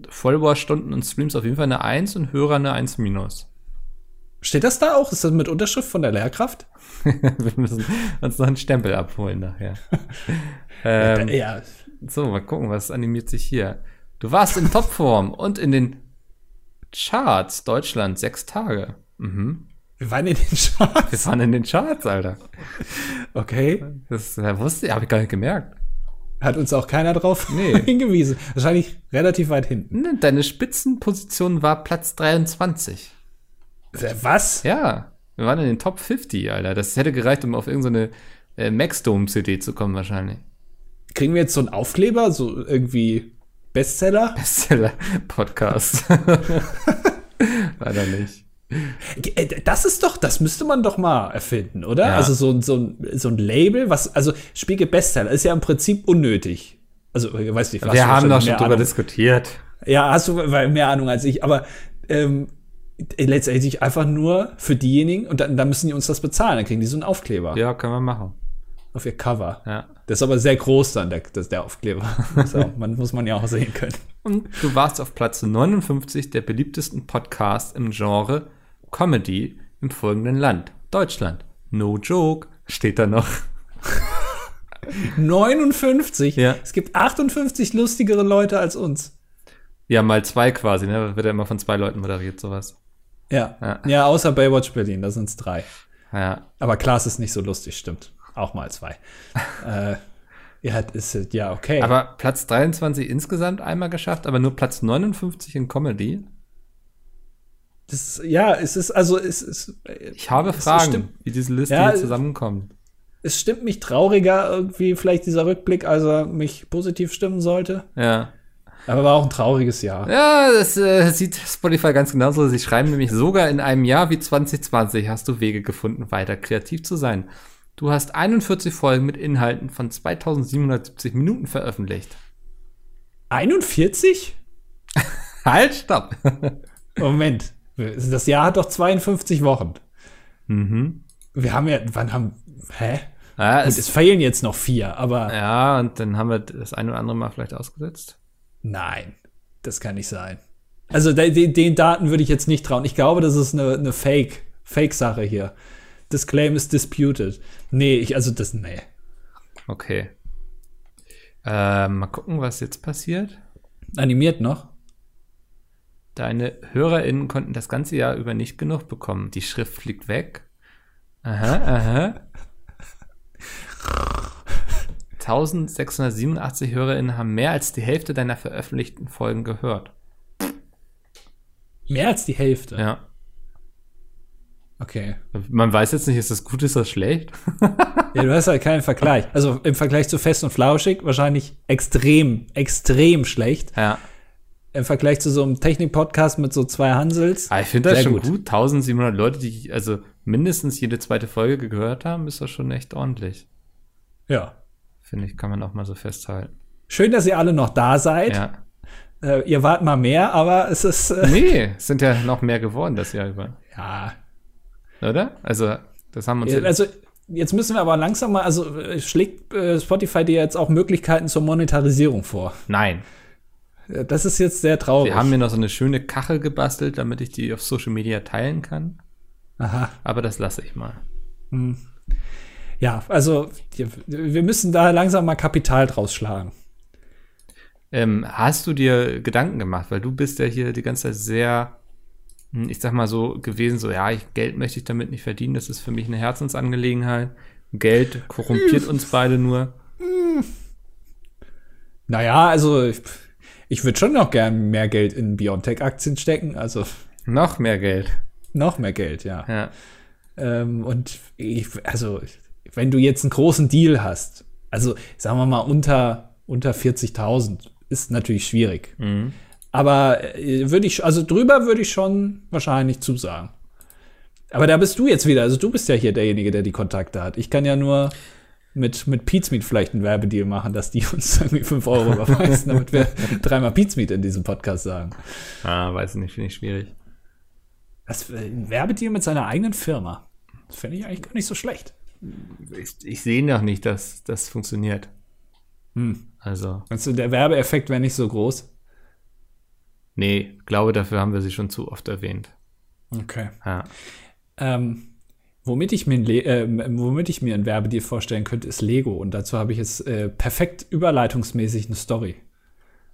Follower-Stunden und Streams auf jeden Fall eine 1 und Hörer eine 1 minus.
Steht das da auch? Ist das mit Unterschrift von der Lehrkraft?
Wir müssen uns noch einen Stempel abholen nachher. ähm,
ja.
So, mal gucken, was animiert sich hier. Du warst in Topform und in den Charts Deutschland sechs Tage. Mhm.
Wir waren in den Charts.
Wir waren in den Charts, Alter.
Okay.
Das äh, wusste ich, habe ich gar nicht gemerkt.
Hat uns auch keiner drauf
Nee.
hingewiesen. Wahrscheinlich relativ weit hinten.
Ne, Deine Spitzenposition war Platz 23.
Äh, Was?
Ja, wir waren in den Top 50, Alter. Das hätte gereicht, um auf irgendeine äh, Maxdome-CD zu kommen, wahrscheinlich.
Kriegen wir jetzt so einen Aufkleber? So irgendwie Bestseller?
Bestseller-Podcast. Leider nicht.
Äh, Das ist doch, das müsste man doch mal erfinden, oder?
Ja.
Also so, ein- so, ein- so ein Label, was, also Spiegel Bestseller ist ja im Prinzip unnötig. Also, äh, weiß nicht, hast du
wir haben doch
wahrscheinlich
schon
mehr
drüber
Ahnung.
diskutiert.
Ja, hast du we- mehr Ahnung als ich, aber ähm, äh, letztendlich einfach nur für diejenigen und dann, dann müssen die uns das bezahlen, dann kriegen die so einen Aufkleber
Ja, können wir machen.
auf ihr Cover.
Ja.
Das ist aber sehr groß dann, der, das, der Aufkleber. so, man muss man ja auch sehen können.
Und du warst auf Platz 59 der beliebtesten Podcasts im Genre Comedy im folgenden Land. Deutschland. No joke. Steht da noch.
59?
Ja.
Es gibt 58 lustigere Leute als uns.
Ja, mal zwei quasi, ne? Wird ja immer von zwei Leuten moderiert, sowas.
Ja.
Ja.
ja. außer Baywatch Berlin, da sind es drei.
Ja.
Aber Klaas ist nicht so lustig, stimmt. Auch mal zwei. äh, ja, ist, ja, okay.
Aber Platz 23 insgesamt einmal geschafft, aber nur Platz 59 in Comedy.
das, ja, es ist, also, es ist,
Ich habe
Es
Fragen,
stimmt.
wie diese Liste
Ja,
hier
es-
zusammenkommt.
es stimmt mich trauriger irgendwie, vielleicht dieser Rückblick, als er mich positiv stimmen sollte.
Ja.
Aber war auch ein trauriges Jahr.
Ja, das äh, sieht Spotify ganz genauso. Sie schreiben nämlich, sogar in einem Jahr wie 2020 hast du Wege gefunden, weiter kreativ zu sein. Du hast 41 Folgen mit Inhalten von 2770 Minuten veröffentlicht.
41?
Halt, stopp!
Moment. Das Jahr hat doch 52 Wochen.
mhm.
Wir haben ja, wann haben, hä?
Ja,
Gut,
es,
es fehlen jetzt noch vier, aber
Also ja, und dann haben wir das ein oder andere Mal vielleicht ausgesetzt.
nein, das kann nicht sein. Also de- de- den Daten würde ich jetzt nicht trauen. Ich glaube, das ist eine, eine Fake, Fake-Sache hier. This claim is disputed. Nee, ich, also das, nee.
Okay. Ähm, mal gucken, was jetzt passiert.
Animiert noch?
Deine HörerInnen konnten das ganze Jahr über nicht genug bekommen. Die Schrift fliegt weg. Aha, aha. 1687 HörerInnen haben mehr als die Hälfte deiner veröffentlichten Folgen gehört.
Mehr als die Hälfte.
Ja.
Okay.
Man weiß jetzt nicht, ist das gut, ist das schlecht?
Ja, du hast halt keinen Vergleich. Also im Vergleich zu Fest und Flauschig wahrscheinlich extrem, extrem schlecht.
Ja.
im Vergleich zu so einem Technik-Podcast mit so zwei Hansels.
Ah, ich finde das
sehr
schon gut. 1700 Leute, die also mindestens jede zweite Folge gehört haben, ist das schon echt ordentlich.
Ja.
Finde ich, kann man auch mal so festhalten.
Schön, dass ihr alle noch da seid.
Ja.
Äh, ihr wart mal mehr, aber es ist. Äh,
Nee, es sind ja noch mehr geworden das Jahr über.
ja.
Oder? Also, das haben uns.
Ja, Also jetzt müssen wir aber langsam mal, also äh, schlägt äh, Spotify dir jetzt auch Möglichkeiten zur Monetarisierung vor.
Nein.
Äh, Das ist jetzt sehr traurig.
Wir haben mir noch so eine schöne Kachel gebastelt, damit ich die auf Social Media teilen kann.
Aha.
Aber das lasse ich mal.
Ja, also wir- wir müssen da langsam mal Kapital draus schlagen.
Ähm, hast du dir Gedanken gemacht? Weil du bist ja hier die ganze Zeit sehr, hm, ich sag mal so, gewesen, so, ja, ich, Geld möchte ich damit nicht verdienen, das ist für mich eine Herzensangelegenheit. Geld korrumpiert uns beide nur.
Naja, also ich, ich würde schon noch gern mehr Geld in Biontech-Aktien stecken, also
Noch mehr Geld.
noch mehr Geld, ja.
Ja.
Ähm, und ich, also, wenn du jetzt einen großen Deal hast, also sagen wir mal unter, unter 40.000, ist natürlich schwierig. Aber äh, würde ich, also drüber würde ich schon wahrscheinlich zusagen. Aber da bist du jetzt wieder, also du bist ja hier derjenige, der die Kontakte hat. Ich kann ja nur mit, mit Pizmeet vielleicht einen Werbedeal machen, dass die uns irgendwie 5 Euro überweisen, damit wir dreimal Pizmeet in diesem Podcast sagen.
Ah, weiß ich nicht, finde ich schwierig.
Das, äh, ein Werbedeal mit seiner eigenen Firma. Das fände ich eigentlich gar nicht so schlecht.
Ich, ich sehe noch nicht, dass das funktioniert. Also,
Meinst du, der Werbeeffekt wäre nicht so groß?
nee, glaube, dafür haben wir sie schon zu oft erwähnt.
Okay.
Ja.
Ähm, womit, ich mir ein Le ähm, womit ich mir ein Werbedeal vorstellen könnte, ist Lego. Und dazu habe ich jetzt äh, perfekt überleitungsmäßig eine Story.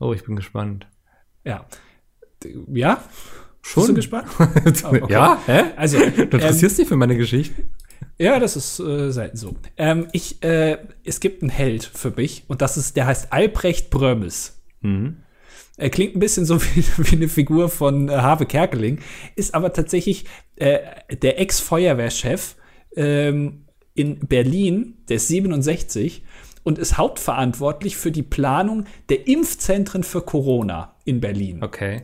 Oh, ich bin gespannt.
Ja. D- Ja? Schon? Bist du gespannt?
Ah,
okay.
Ja? Hä?
Also,
Du
ähm,
interessierst dich für meine Geschichten?
ja, das ist äh, selten so. Ähm, ich, äh, es gibt einen Held für mich und das ist, der heißt Albrecht Brömes.
Mhm.
Er klingt ein bisschen so wie, wie eine Figur von äh, Harve Kerkeling, ist aber tatsächlich äh, der Ex-Feuerwehrchef ähm, in Berlin, der ist 67 und ist hauptverantwortlich für die Planung der Impfzentren für Corona in Berlin.
Okay.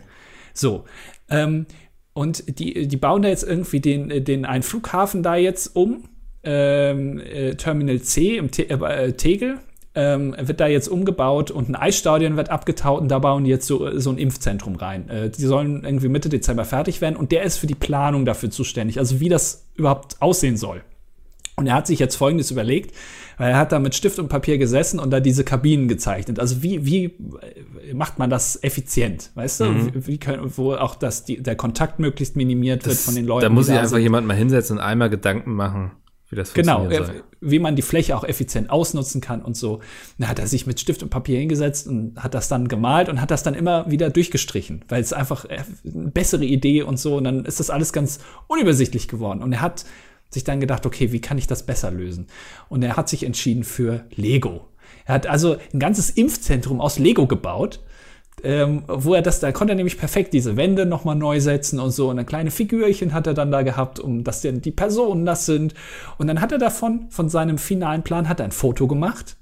So. Ähm, und die, die bauen da jetzt irgendwie den, äh, den einen Flughafen da jetzt um. Ähm, äh, Terminal C im Te äh, Tegel ähm, wird da jetzt umgebaut und ein Eisstadion wird abgetaut und da bauen die jetzt so, so ein Impfzentrum rein. Äh, die sollen irgendwie Mitte Dezember fertig werden und der ist für die Planung dafür zuständig, also wie das überhaupt aussehen soll. Und er hat sich jetzt Folgendes überlegt, weil er hat da mit Stift und Papier gesessen und da diese Kabinen gezeichnet. Also wie, wie macht man das effizient, weißt du?
Mhm.
Wie, wie können, wo auch das, die, der Kontakt möglichst minimiert wird von den Leuten.
Da muss
die
sich einfach
sind.
jemand mal hinsetzen und einmal Gedanken machen, wie das
Genau,
funktionieren
äh,
soll.
wie man die Fläche auch effizient ausnutzen kann und so. Dann hat er sich mit Stift und Papier hingesetzt und hat das dann gemalt und hat das dann immer wieder durchgestrichen, weil es einfach äh, eine bessere Idee und so. Und dann ist das alles ganz unübersichtlich geworden. Und er hat sich dann gedacht, okay, wie kann ich das besser lösen? Und er hat sich entschieden für Lego. Er hat also ein ganzes Impfzentrum aus Lego gebaut ähm, wo er das, da konnte er nämlich perfekt diese Wände nochmal neu setzen und so. Und ein kleine Figürchen hat er dann da gehabt, um dass denn die Personen das sind. Und dann hat er davon, von seinem finalen Plan, hat er ein Foto gemacht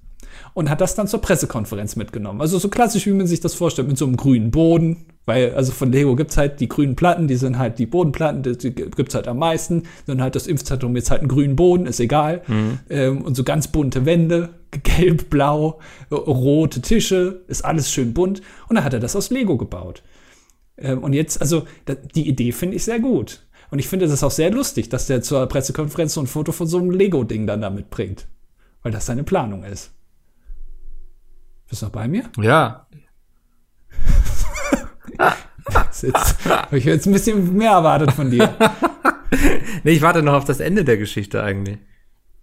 und hat das dann zur Pressekonferenz mitgenommen. Also so klassisch, wie man sich das vorstellt, mit so einem grünen Boden. Weil, also von Lego gibt's halt die grünen Platten, die sind halt die Bodenplatten, die- die gibt's halt am meisten. Dann halt das Impfzentrum jetzt halt einen grünen Boden, ist egal. Ähm, und so ganz bunte Wände, gelb, blau, äh, rote Tische, ist alles schön bunt. Und dann hat er das aus Lego gebaut. Ähm, und jetzt, also da, die Idee finde ich sehr gut. Und ich finde das auch sehr lustig, dass der zur Pressekonferenz so ein Foto von so einem Lego-Ding dann da mitbringt. Weil das seine Planung ist. Bist du noch bei mir?
Ja,
Ist Jetzt, hab ich jetzt ein bisschen mehr erwartet von dir.
Nee, ich warte noch auf das Ende der Geschichte eigentlich.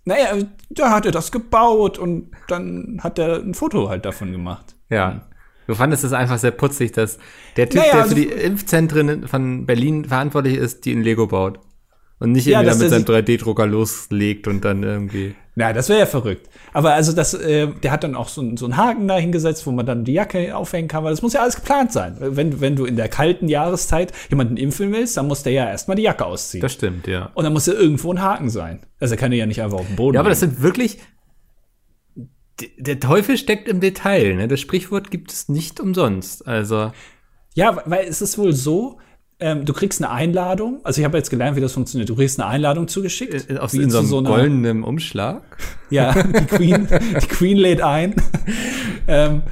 Naja, da hat er das gebaut und dann hat er ein Foto halt davon gemacht.
Ja. Du fandest es einfach sehr putzig, dass der Typ,
Mhm. Naja,
der
also-
für die Impfzentren von Berlin verantwortlich ist, die in Lego baut. Und nicht
Ja,
irgendwie
dass
da mit
der
seinem 3D-Drucker loslegt und dann irgendwie.
Na, das wäre ja verrückt. Aber also das, äh, der hat dann auch so, einen- so einen Haken da hingesetzt, wo man dann die Jacke aufhängen kann, weil das muss ja alles geplant sein. Wenn, wenn du in der kalten Jahreszeit jemanden impfen willst, dann muss der ja erstmal die Jacke ausziehen.
Das stimmt, ja.
und dann muss ja irgendwo ein Haken sein. Also er kann ja nicht einfach auf dem Boden.
Ja, aber das
legen.
sind wirklich. D- Der Teufel steckt im Detail, ne? Das Sprichwort gibt es nicht umsonst. Also,
Ja, weil es ist wohl so, ähm, du kriegst eine Einladung. Also ich habe jetzt gelernt, wie das funktioniert. Du kriegst eine Einladung zugeschickt.
Äh, Aus
wie
in so
zu
einem
einer-
goldenen Umschlag.
Ja, die Queen, die Queen lädt ein. Ähm,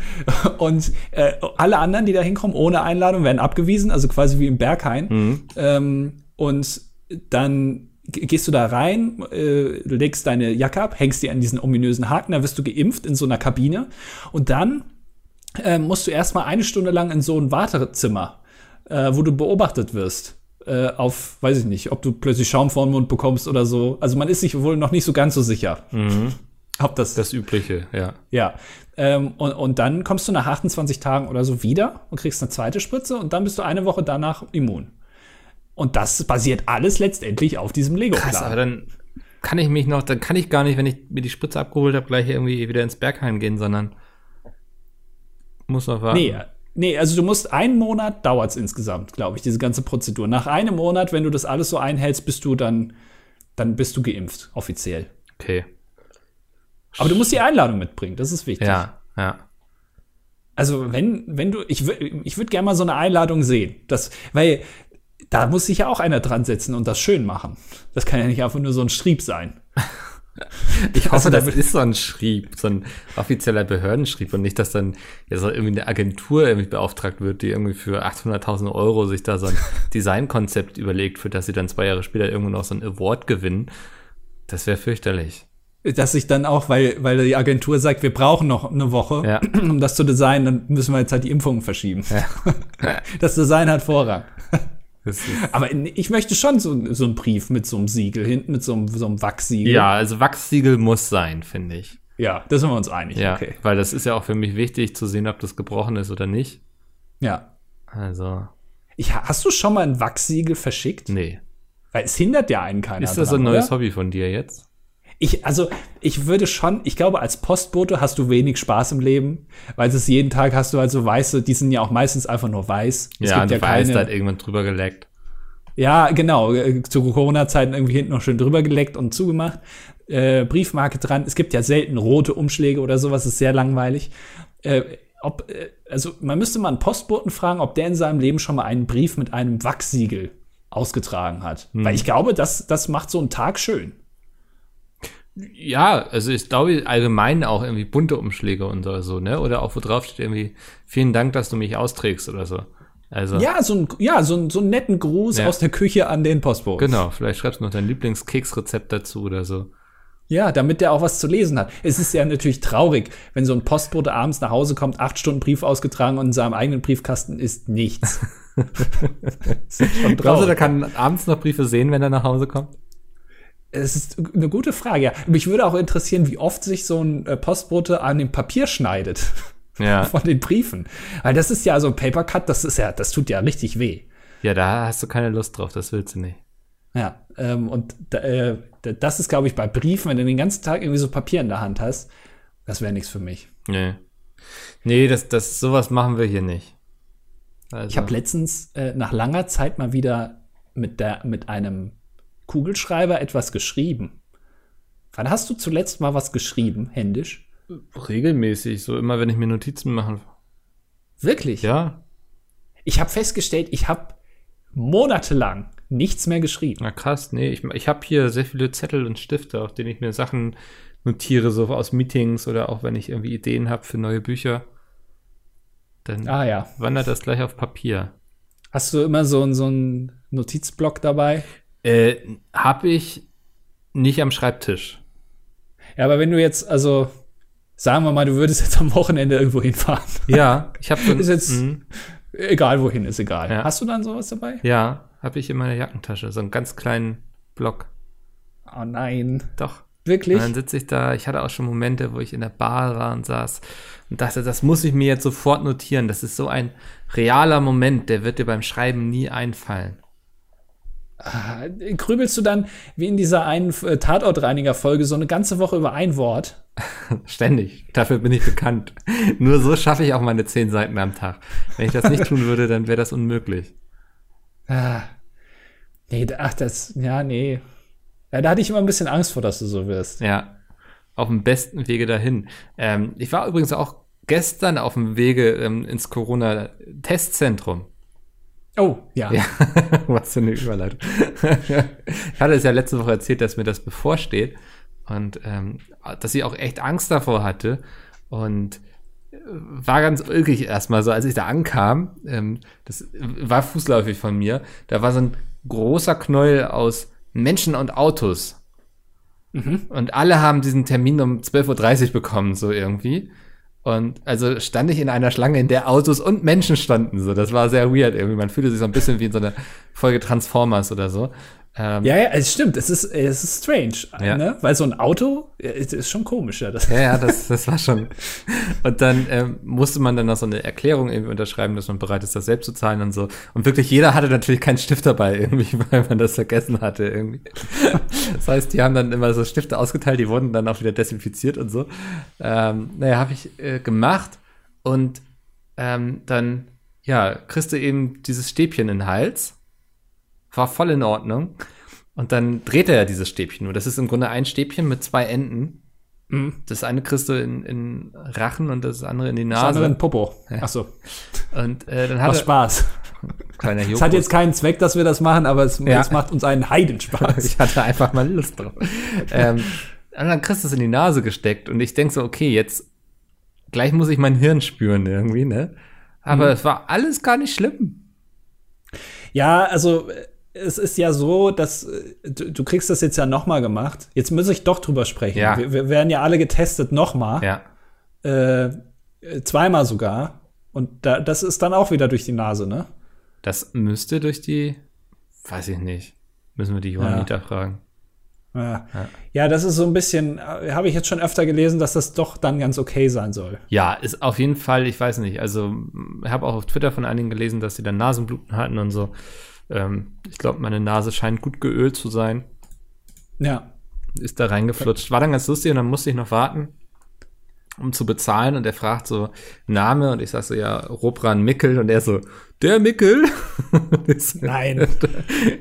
und äh, alle anderen, die da hinkommen, ohne Einladung, werden abgewiesen, also quasi wie im Berghain. Ähm, und dann ge- gehst du da rein, äh, legst deine Jacke ab, hängst die an diesen ominösen Haken, dann wirst du geimpft in so einer Kabine. Und dann ähm, musst du erstmal eine Stunde lang in so ein Wartezimmer, äh, wo du beobachtet wirst. Äh, auf, weiß ich nicht, ob du plötzlich Schaum vor den Mund bekommst oder so. Also man ist sich wohl noch nicht so ganz so sicher. Ob das,
Mhm. Das Übliche, ja.
ja. Ähm, und, und dann kommst du nach 28 Tagen oder so wieder und kriegst eine zweite Spritze und dann bist du eine Woche danach immun. Und das basiert alles letztendlich auf diesem Lego-Plan.
Krass, aber dann kann ich mich noch, dann kann ich gar nicht, wenn ich mir die Spritze abgeholt habe, gleich irgendwie wieder ins Bergheim gehen, sondern muss noch warten.
Nee, nee, also du musst einen Monat dauert es insgesamt, glaube ich, diese ganze Prozedur. Nach einem Monat, wenn du das alles so einhältst, bist du dann, dann bist du geimpft, offiziell.
Okay.
Aber du musst die Einladung mitbringen, das ist wichtig.
Ja, ja.
Also wenn, wenn du, ich, wür- ich würde gerne mal so eine Einladung sehen. Das, weil da muss sich ja auch einer dran setzen und das schön machen. Das kann ja nicht einfach nur so ein Strieb sein.
Ich hoffe,
Also, da
das
wird-
ist so ein Schrieb, so ein offizieller Behördenschrieb und nicht, dass dann jetzt auch irgendwie eine Agentur irgendwie beauftragt wird, die irgendwie für 800.000 Euro sich da so ein Designkonzept überlegt, für das sie dann zwei Jahre später irgendwo noch so einen Award gewinnen. Das wäre fürchterlich.
Dass ich dann auch, weil, weil die Agentur sagt, wir brauchen noch eine Woche,
Ja.
um das zu designen, dann müssen wir jetzt halt die Impfungen verschieben. Das Design hat Vorrang.
Das ist
Aber ich möchte schon so, so einen Brief mit so einem Siegel hinten, mit so einem, so einem Wachsiegel.
Ja, also Wachsiegel muss sein, finde ich.
Ja, da sind wir uns einig.
Ja,
Okay.
weil das ist ja auch für mich wichtig zu sehen, ob das gebrochen ist oder nicht.
Ja.
Also,
Ich, hast du schon mal ein Wachsiegel verschickt?
nee. Also
Weil es hindert ja einen keiner.
Ist das
dran,
ein neues
oder?
Hobby von dir jetzt?
Ich, also, ich würde schon, ich glaube, als Postbote hast du wenig Spaß im Leben, weil es ist jeden Tag hast du halt so weiße, die sind ja auch meistens einfach nur weiß. Es
ja,
gibt
du
ja
weißt, da hat
keine.
irgendwann drüber geleckt.
Ja, genau. äh, Zu Corona-Zeiten irgendwie hinten noch schön drüber geleckt und zugemacht. Äh, Briefmarke dran. Es gibt ja selten rote Umschläge oder sowas, ist sehr langweilig. Äh, ob, äh, also, man müsste mal einen Postboten fragen, ob der in seinem Leben schon mal einen Brief mit einem Wachsiegel ausgetragen hat.
Hm.
Weil ich glaube, das, das macht so einen Tag schön.
Ja, also ich glaube allgemein auch irgendwie bunte Umschläge und so, so, ne? Oder auch wo drauf steht irgendwie, vielen Dank, dass du mich austrägst oder so. Also,
Ja, so ein, ja, so ein, so einen netten Gruß
Ja.
aus der Küche an den Postboten.
genau, vielleicht schreibst du noch dein Lieblingskeksrezept dazu oder so.
Ja, damit der auch was zu lesen hat. Es ist ja natürlich traurig, wenn so ein Postbote abends nach Hause kommt, acht Stunden Brief ausgetragen und in seinem eigenen Briefkasten ist nichts. Das ist
Glaubst du, der
schon traurig.
Also, kann abends noch Briefe sehen, wenn er nach Hause kommt?
Es ist eine gute Frage. Ja. Mich würde auch interessieren, wie oft sich so ein äh, Postbote an dem Papier schneidet
Ja.
von den Briefen. Weil das ist ja so ein Papercut, das ist ja, das tut ja richtig weh.
Ja, da hast du keine Lust drauf, das willst du nicht.
Ja, ähm, und da, äh, da- das ist, glaube ich, bei Briefen, wenn du den ganzen Tag irgendwie so Papier in der Hand hast, das wäre nichts für mich.
Nee. Nee, das, das, sowas machen wir hier nicht. Also,
Ich habe letztens äh, nach langer Zeit mal wieder mit, der, mit einem Kugelschreiber etwas geschrieben. Wann hast du zuletzt mal was geschrieben, händisch?
regelmäßig, so immer, wenn ich mir Notizen mache.
Wirklich?
Ja,
Ich habe festgestellt, ich habe monatelang nichts mehr geschrieben.
na krass, nee. Ich, ich habe hier sehr viele Zettel und Stifte, auf denen ich mir Sachen notiere, so aus Meetings oder auch wenn ich irgendwie Ideen habe für neue Bücher. Dann
Ah ja.
wandert das gleich auf Papier.
Hast du immer so, einen- so einen Notizblock dabei?
Äh, habe ich nicht am Schreibtisch.
Ja, aber wenn du jetzt, also sagen wir mal, du würdest jetzt am Wochenende irgendwo hinfahren.
Ja, ich habe so ein-
Ist jetzt-
Mhm.
Egal wohin, ist egal.
Ja.
Hast du dann sowas dabei?
ja, habe ich in meiner Jackentasche, so einen ganz kleinen Block.
Oh nein.
Doch.
Wirklich?
Und dann sitze ich da, ich hatte auch schon Momente, wo ich in der Bar war und saß und dachte, das muss ich mir jetzt sofort notieren. Das ist so ein realer Moment, der wird dir beim Schreiben nie einfallen.
Ah, Grübelst du dann, wie in dieser einen äh, Tatortreiniger-Folge, so eine ganze Woche über ein Wort?
Ständig. Dafür bin ich bekannt. Nur so schaffe ich auch meine zehn Seiten am Tag. Wenn ich das nicht tun würde, dann wäre das unmöglich.
Ah. Nee, da- ach, das, ja, nee. Ja, da hatte ich immer ein bisschen Angst vor, dass du so wirst.
Ja. Auf dem besten Wege dahin. Ähm, ich war übrigens auch gestern auf dem Wege ähm, ins Corona-Testzentrum.
Oh, ja.
Ja, was für eine Überleitung. ich hatte es ja letzte Woche erzählt, dass mir das bevorsteht und ähm, dass ich auch echt Angst davor hatte und äh, war ganz ulkig erstmal so, als ich da ankam, ähm, das war fußläufig von mir, da war so ein großer Knäuel aus Menschen und Autos. Und alle haben diesen Termin um 12.30 Uhr bekommen, so irgendwie. Und also stand ich in einer Schlange, in der Autos und Menschen standen. So, das war sehr weird irgendwie. Man fühlte sich so ein bisschen wie in so einer Folge Transformers oder so. Ähm,
Ja, ja, es stimmt. Es ist, es ist strange,
Ja.
ne? Weil so ein Auto ja, es ist schon komisch, ja. Das,
Ja, ja, das, das war schon. Und dann ähm, musste man dann noch so eine Erklärung irgendwie unterschreiben, dass man bereit ist, das selbst zu zahlen und so. Und wirklich jeder hatte natürlich keinen Stift dabei irgendwie, weil man das vergessen hatte irgendwie. Das heißt, die haben dann immer so Stifte ausgeteilt, die wurden dann auch wieder desinfiziert und so. Ähm, naja, habe ich äh, gemacht und ähm, dann, ja, kriegst du eben dieses Stäbchen in den Hals. War voll in Ordnung. Und dann dreht er ja dieses Stäbchen nur. Das ist im Grunde ein Stäbchen mit zwei Enden.
Mhm.
Das eine kriegst du in, in Rachen und das andere in die
das andere Ah, ein
Nase.
Popo. Ach so,
Und äh, dann
was
hat er,
Spaß.
kleiner
Es hat
Joghurt,
jetzt keinen Zweck, dass wir das machen, aber es,
Ja.
es macht uns einen Heidenspaß.
ich hatte einfach mal Lust drauf. ähm, und dann kriegst du es in die Nase gesteckt und ich denk so, okay, jetzt gleich muss ich mein Hirn spüren irgendwie, ne? Aber es war alles gar nicht schlimm.
Ja, also äh, es ist ja so, dass äh, du, du kriegst das jetzt ja nochmal gemacht. Jetzt muss ich doch drüber sprechen.
Ja.
Wir, wir werden ja alle getestet nochmal.
Ja.
Äh, äh, zweimal sogar. Und da, das ist dann auch wieder durch die Nase, ne?
Das müsste durch die, weiß ich nicht, müssen wir die Johannita fragen.
Ja. ja, das ist so ein bisschen, äh, habe ich jetzt schon öfter gelesen, dass das doch dann ganz okay sein soll.
Ja, ist auf jeden Fall, ich weiß nicht, also m, ich habe auch auf Twitter von einigen gelesen, dass sie dann Nasenbluten hatten und so. Ähm, ich glaube, meine Nase scheint gut geölt zu sein,
Ja.
ist da reingeflutscht. War dann ganz lustig und dann musste ich noch warten, um zu bezahlen und er fragt so Name und ich sag so, ja, Robran Mickel und er so, der Mickel? Und ich so,
Nein.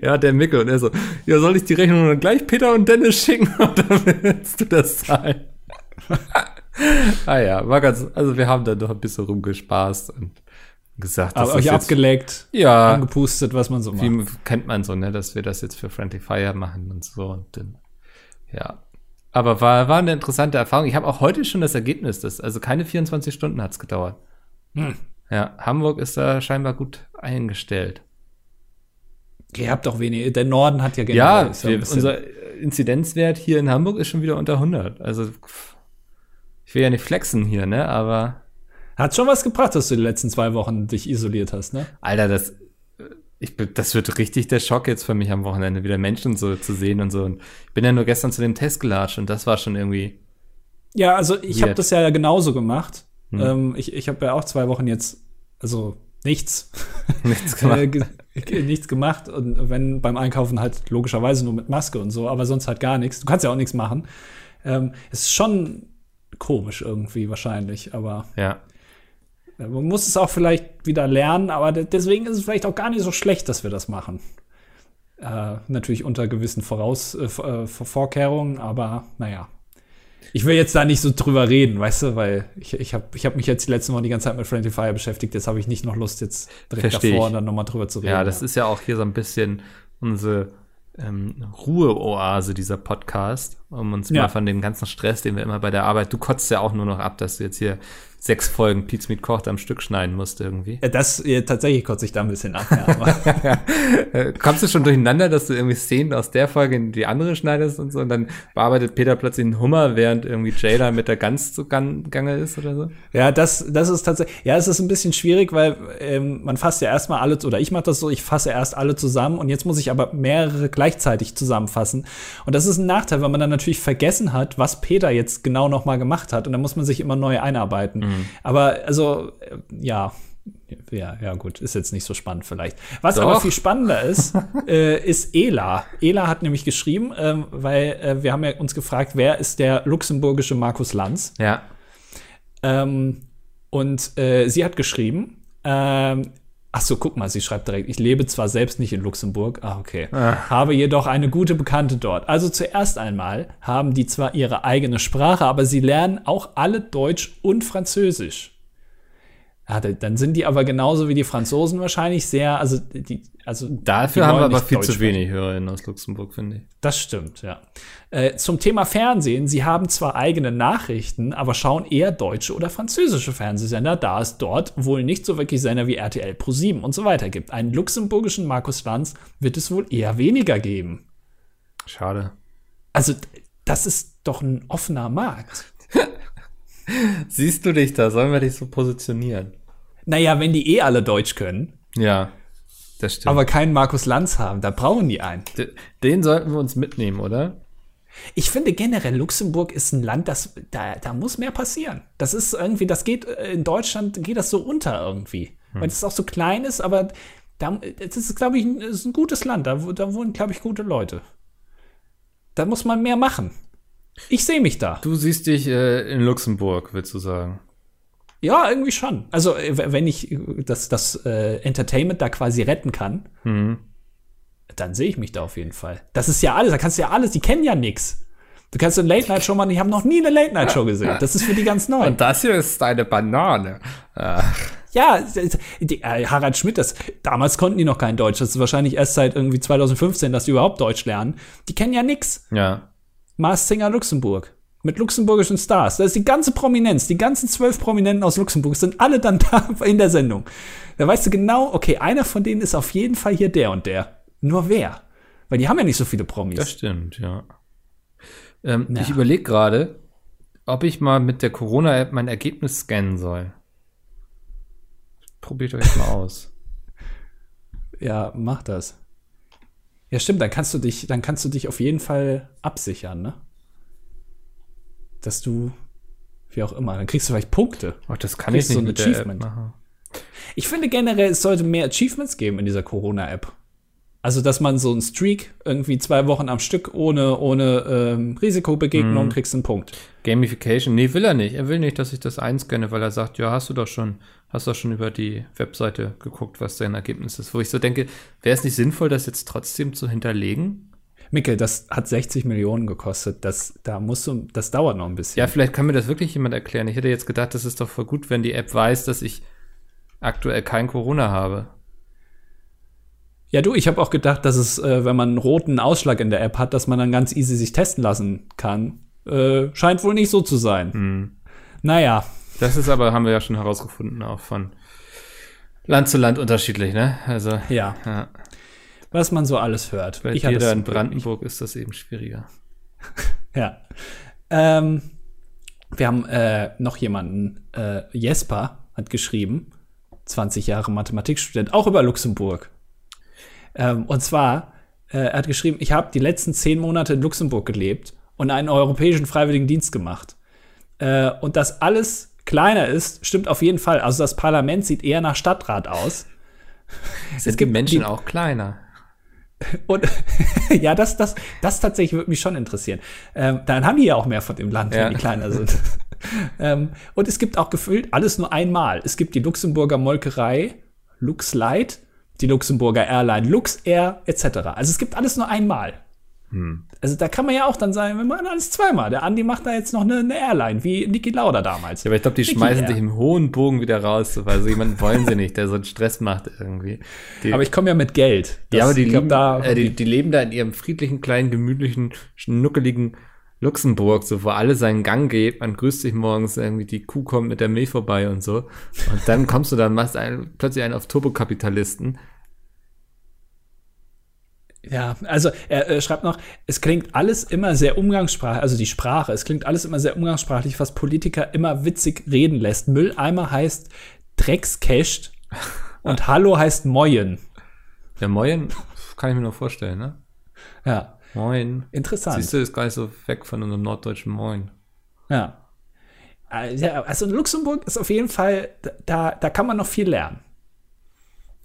ja, der Mickel und er so, ja, soll ich die Rechnung dann gleich Peter und Dennis schicken oder willst du das zahlen? ah ja, war ganz, also wir haben da noch ein bisschen rumgespaßt und gesagt,
Aber
das
euch
ist jetzt,
abgeleckt,
ja,
angepustet, was man so macht.
wie kennt man so, ne, dass wir das jetzt für Friendly Fire machen und so und dann, ja. Aber war, war eine interessante Erfahrung. Ich habe auch heute schon das Ergebnis, das, also keine 24 Stunden hat's gedauert.
Hm.
Ja, Hamburg ist da scheinbar gut eingestellt.
Ihr habt doch wenig. Der Norden hat
Ja,
ja generell Genau, ist ein
wir,
bisschen-
unser Inzidenzwert hier in Hamburg ist schon wieder unter 100. Also, pff, ich will ja nicht flexen hier, ne? Aber,
Hat schon was gebracht, dass du die letzten zwei Wochen dich isoliert hast, ne?
Alter, das, äh, ich, bin- das wird richtig der Schock jetzt für mich am Wochenende, wieder Menschen so zu sehen und so. Und ich bin ja nur gestern zu dem Test gelatscht und das war schon irgendwie,
Ja, also ich habe
Weird.
das ja genauso gemacht. Ähm, ich ich habe ja auch zwei Wochen jetzt, also nichts,
nichts
äh,
gemacht.
ge ge- nichts gemacht. Und wenn beim Einkaufen halt logischerweise nur mit Maske und so, aber sonst halt gar nichts. Du kannst ja auch nichts machen. Ähm, es ist schon komisch irgendwie wahrscheinlich, aber
ja.
äh, man muss es auch vielleicht wieder lernen. Aber de- deswegen ist es vielleicht auch gar nicht so schlecht, dass wir das machen. Äh, natürlich unter gewissen Voraus äh, Vor- äh, Vorkehrungen, aber naja. Ich will jetzt da nicht so drüber reden, weißt du, weil ich, ich habe ich hab mich jetzt die letzten Wochen die ganze Zeit mit Friendly Fire beschäftigt. Jetzt habe ich nicht noch Lust, jetzt direkt
Versteh
davor
ich.
dann nochmal drüber zu reden.
Ja, das ist ja auch hier so ein bisschen unsere ähm, Ruheoase, dieser Podcast, um uns
Ja.
mal von dem ganzen Stress, den wir immer bei der Arbeit, du kotzt ja auch nur noch ab, dass du jetzt hier sechs Folgen Pizza mit Kocht am Stück schneiden musst irgendwie.
Ja, Das äh, tatsächlich kotze ich da ein bisschen ab. Ja, aber
Äh, Kommst du schon durcheinander, dass du irgendwie Szenen aus der Folge in die andere schneidest und so und dann bearbeitet Peter plötzlich einen Hummer, während irgendwie Jada mit der Gans zu gan- Gange ist oder so?
ja das, das ist tatsächlich. Ja, es ist ein bisschen schwierig, weil ähm, man fasst ja erstmal alle, oder ich mache das so, ich fasse erst alle zusammen und jetzt muss ich aber mehrere gleichzeitig zusammenfassen. Und das ist ein Nachteil, weil man dann natürlich vergessen hat, was Peter jetzt genau nochmal gemacht hat. Und dann muss man sich immer neu einarbeiten. Aber also, äh, ja. Ja, ja, gut, ist jetzt nicht so spannend vielleicht. Was aber
Doch.
viel spannender ist, äh, ist Ela. Ela hat nämlich geschrieben, ähm, weil äh, wir haben ja uns gefragt, wer ist der luxemburgische Markus Lanz?
Ja.
Ähm, und äh, sie hat geschrieben, ähm, ach so, guck mal, sie schreibt direkt, ich lebe zwar selbst nicht in Luxemburg, ah, okay, habe jedoch eine gute Bekannte dort. Also zuerst einmal haben die zwar ihre eigene Sprache, aber sie lernen auch alle Deutsch und Französisch. Ja, da- dann sind die aber genauso wie die Franzosen wahrscheinlich sehr, also die, also
Dafür
die
haben wir
wollen
aber
nicht
viel
Deutsch
zu wenig HörerInnen aus Luxemburg, finde ich.
Das stimmt, ja. Äh, zum Thema Fernsehen. Sie haben zwar eigene Nachrichten, aber schauen eher deutsche oder französische Fernsehsender, da es dort wohl nicht so wirklich Sender wie RTL Pro 7 und so weiter gibt. Einen luxemburgischen Markus Lanz wird es wohl eher weniger geben.
Schade.
Also, d- das ist doch ein offener Markt.
Siehst du dich da? Sollen wir dich so positionieren?
Naja, wenn die eh alle Deutsch können,
Ja, das stimmt.
aber keinen Markus Lanz haben, da brauchen die einen.
D- den sollten wir uns mitnehmen, oder?
Ich finde generell, Luxemburg ist ein Land, das, da, da muss mehr passieren. Das ist irgendwie, das geht, äh, in Deutschland geht das so unter irgendwie. Weil es auch so klein ist, aber da, es ist, glaube ich, ein, es ist ein gutes Land. Da, wo- da wohnen, glaube ich, gute Leute. Da muss man mehr machen. Ich sehe mich da.
Du siehst dich äh, in Luxemburg, willst du sagen.
Ja, irgendwie schon. Also, äh, w- wenn ich äh, das, das äh, Entertainment da quasi retten kann, dann sehe ich mich da auf jeden Fall. Das ist ja alles, da kannst du ja alles, die kennen ja nix. Du kannst so eine Late-Night-Show machen, die haben noch nie eine Late-Night-Show gesehen. Das ist für die ganz neu.
das hier ist eine Banane.
ja, es- es- die, äh, Harald Schmidt, das, damals konnten die noch kein Deutsch. Das ist wahrscheinlich erst seit irgendwie 2015, dass die überhaupt Deutsch lernen. Die kennen ja nix.
Ja.
Mars Singer Luxemburg. Mit luxemburgischen Stars. Da ist die ganze Prominenz, die ganzen zwölf Prominenten aus Luxemburg sind alle dann da in der Sendung. Da weißt du genau, okay, einer von denen ist auf jeden Fall hier der und der. Nur wer? Weil die haben ja nicht so viele
Das
Promis.
stimmt, ja. Ähm, Ich überlege gerade, ob ich mal mit der Corona-App mein Ergebnis scannen soll. Probiert euch mal aus.
Ja, mach das. Ja, stimmt, dann kannst du dich, dann kannst du dich auf jeden Fall absichern, ne? Dass du, wie auch immer, dann kriegst du vielleicht Punkte.
Ach, Oh, das kann
Kriegst
ich nicht
so ein
mit der App
Achievement.
machen.
Ich finde generell, es sollte mehr Achievements geben in dieser Corona-App. Also, dass man so einen Streak irgendwie zwei Wochen am Stück ohne, ohne ähm,
Mhm.
Risikobegegnung kriegst einen Punkt.
Gamification, nee, will er nicht. Er will nicht, dass ich das einscanne, weil er sagt, ja, hast du doch schon, hast doch schon über die Webseite geguckt, was dein Ergebnis ist. Wo ich so denke, wäre es nicht sinnvoll, das jetzt trotzdem zu hinterlegen?
Mikkel, das hat 60 Millionen gekostet. Das, da musst du, das dauert noch ein bisschen.
Ja, vielleicht kann mir das wirklich jemand erklären. Ich hätte jetzt gedacht, das ist doch voll gut, wenn die App weiß, dass ich aktuell kein Corona habe.
Ja, du, ich habe auch gedacht, dass es, äh, wenn man einen roten Ausschlag in der App hat, dass man dann ganz easy sich testen lassen kann. Äh, scheint wohl nicht so zu sein.
Mhm.
Naja,
Das ist aber, haben wir ja schon herausgefunden, auch von Land zu Land unterschiedlich, ne? Also,
ja,
ja,
was man so alles hört.
bei
hatte
jeder
es-
in Brandenburg ist das eben schwieriger.
Ja. Ähm, wir haben äh, noch jemanden, äh, Jesper hat geschrieben, 20 Jahre Mathematikstudent, auch über Luxemburg. Ähm, und zwar, äh, er hat geschrieben, ich habe die letzten zehn Monate in Luxemburg gelebt und einen europäischen Freiwilligendienst gemacht. Äh, und dass alles kleiner ist, stimmt auf jeden Fall. Also das Parlament sieht eher nach Stadtrat aus.
Sind es
gibt
gibt Menschen
die-
auch kleiner.
Und ja, das, das, das tatsächlich würde mich schon interessieren. Ähm, dann haben die ja auch mehr von dem Land,
Ja.
wenn die kleiner sind. ähm, und es gibt auch gefühlt alles nur einmal. Es gibt die Luxemburger Molkerei, Lux Light, die Luxemburger Airline, Lux Air, etc. Also es gibt alles nur einmal.
Hm.
Also da kann man ja auch dann sagen, wir machen alles zweimal. Der Andi macht da jetzt noch eine, eine Airline, wie Niki Lauda damals.
Ja, aber ich glaube, die
Niki
schmeißen
Air.
dich im hohen Bogen wieder raus, so, weil so jemanden wollen sie nicht, der so einen Stress macht irgendwie. Die,
Aber ich komme ja mit Geld.
ja, aber die,
ich
lieben,
glaub, da,
äh, die, die leben da in ihrem friedlichen, kleinen, gemütlichen, schnuckeligen Luxemburg, so wo alles seinen Gang geht, man grüßt sich morgens, irgendwie die Kuh kommt mit der Milch vorbei und so. Und dann kommst du dann, machst einen, plötzlich einen auf Turbokapitalisten.
Ja, also er äh, schreibt noch, es klingt alles immer sehr umgangssprachlich, also die Sprache, es klingt alles immer sehr umgangssprachlich, was Politiker immer witzig reden lässt. Mülleimer heißt Dreckscasht und Hallo heißt Moyen.
Ja, moin, kann ich mir noch vorstellen, ne?
Ja,
Moin.
interessant.
Siehst du, ist gar nicht so weg von unserem norddeutschen Moin.
Ja. Äh, ja. Also Luxemburg ist auf jeden Fall, da, da kann man noch viel lernen.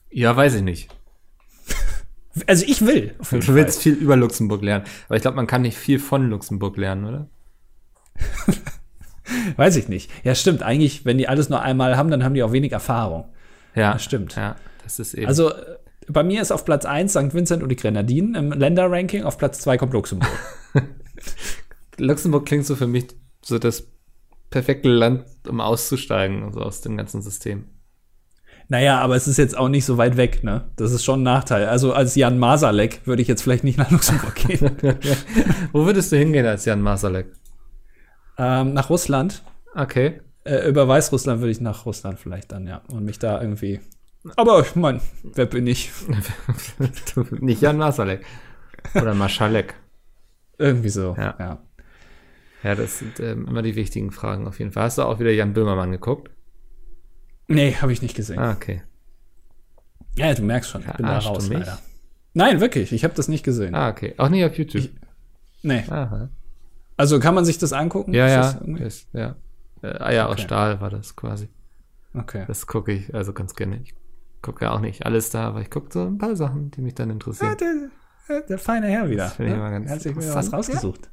Ja, weiß ich nicht.
Also ich will. Auf jeden
Du
Fall.
willst viel über Luxemburg lernen. Aber ich glaube, man kann nicht viel von Luxemburg lernen, oder?
Weiß ich nicht. Ja, stimmt. Eigentlich, wenn die alles nur einmal haben, dann haben die auch wenig Erfahrung.
Ja,
Das stimmt.
Ja, das ist eben.
Also äh, bei mir ist auf Platz 1 St. Vincent und die Grenadinen im Länderranking, auf Platz 2 kommt Luxemburg.
Luxemburg klingt so für mich so das perfekte Land, um auszusteigen also aus dem ganzen System.
Naja, aber es ist jetzt auch nicht so weit weg, ne? Das ist schon ein Nachteil. Also als Jan Masalek würde ich jetzt vielleicht nicht nach Luxemburg gehen.
Wo würdest du hingehen als Jan Masalek?
ähm, nach Russland.
Okay.
Äh, über Weißrussland würde ich nach Russland vielleicht dann, ja. Und mich da irgendwie. Aber ich meine, wer bin ich?
Du, nicht Jan Masalek. Oder Maschalek.
Irgendwie so.
Ja.
ja.
Ja, das sind ähm, immer die wichtigen Fragen auf jeden Fall. Hast du auch wieder Jan Böhmermann geguckt?
Nee, habe ich nicht gesehen.
Ah, okay.
Ja, ja, du merkst schon, ich bin da
Verarschst du
raus,
mich?
leider. Nein, wirklich, ich habe das nicht gesehen.
Ah, okay. Auch nicht auf YouTube.
Nee.
Aha.
Also kann man sich das angucken?
Ja,
Ist
ja.
das irgendwie-
Ist, ja. Äh, Eier aus
Okay.
Stahl war das quasi.
Okay.
Das gucke ich also ganz gerne. Ich gucke ja auch nicht alles da, aber ich gucke so ein paar Sachen, die mich dann interessieren.
Ja, der, äh, der- der feine Herr wieder. ne?
finde ich immer ganz
Hat sich wieder was
interessant,
rausgesucht.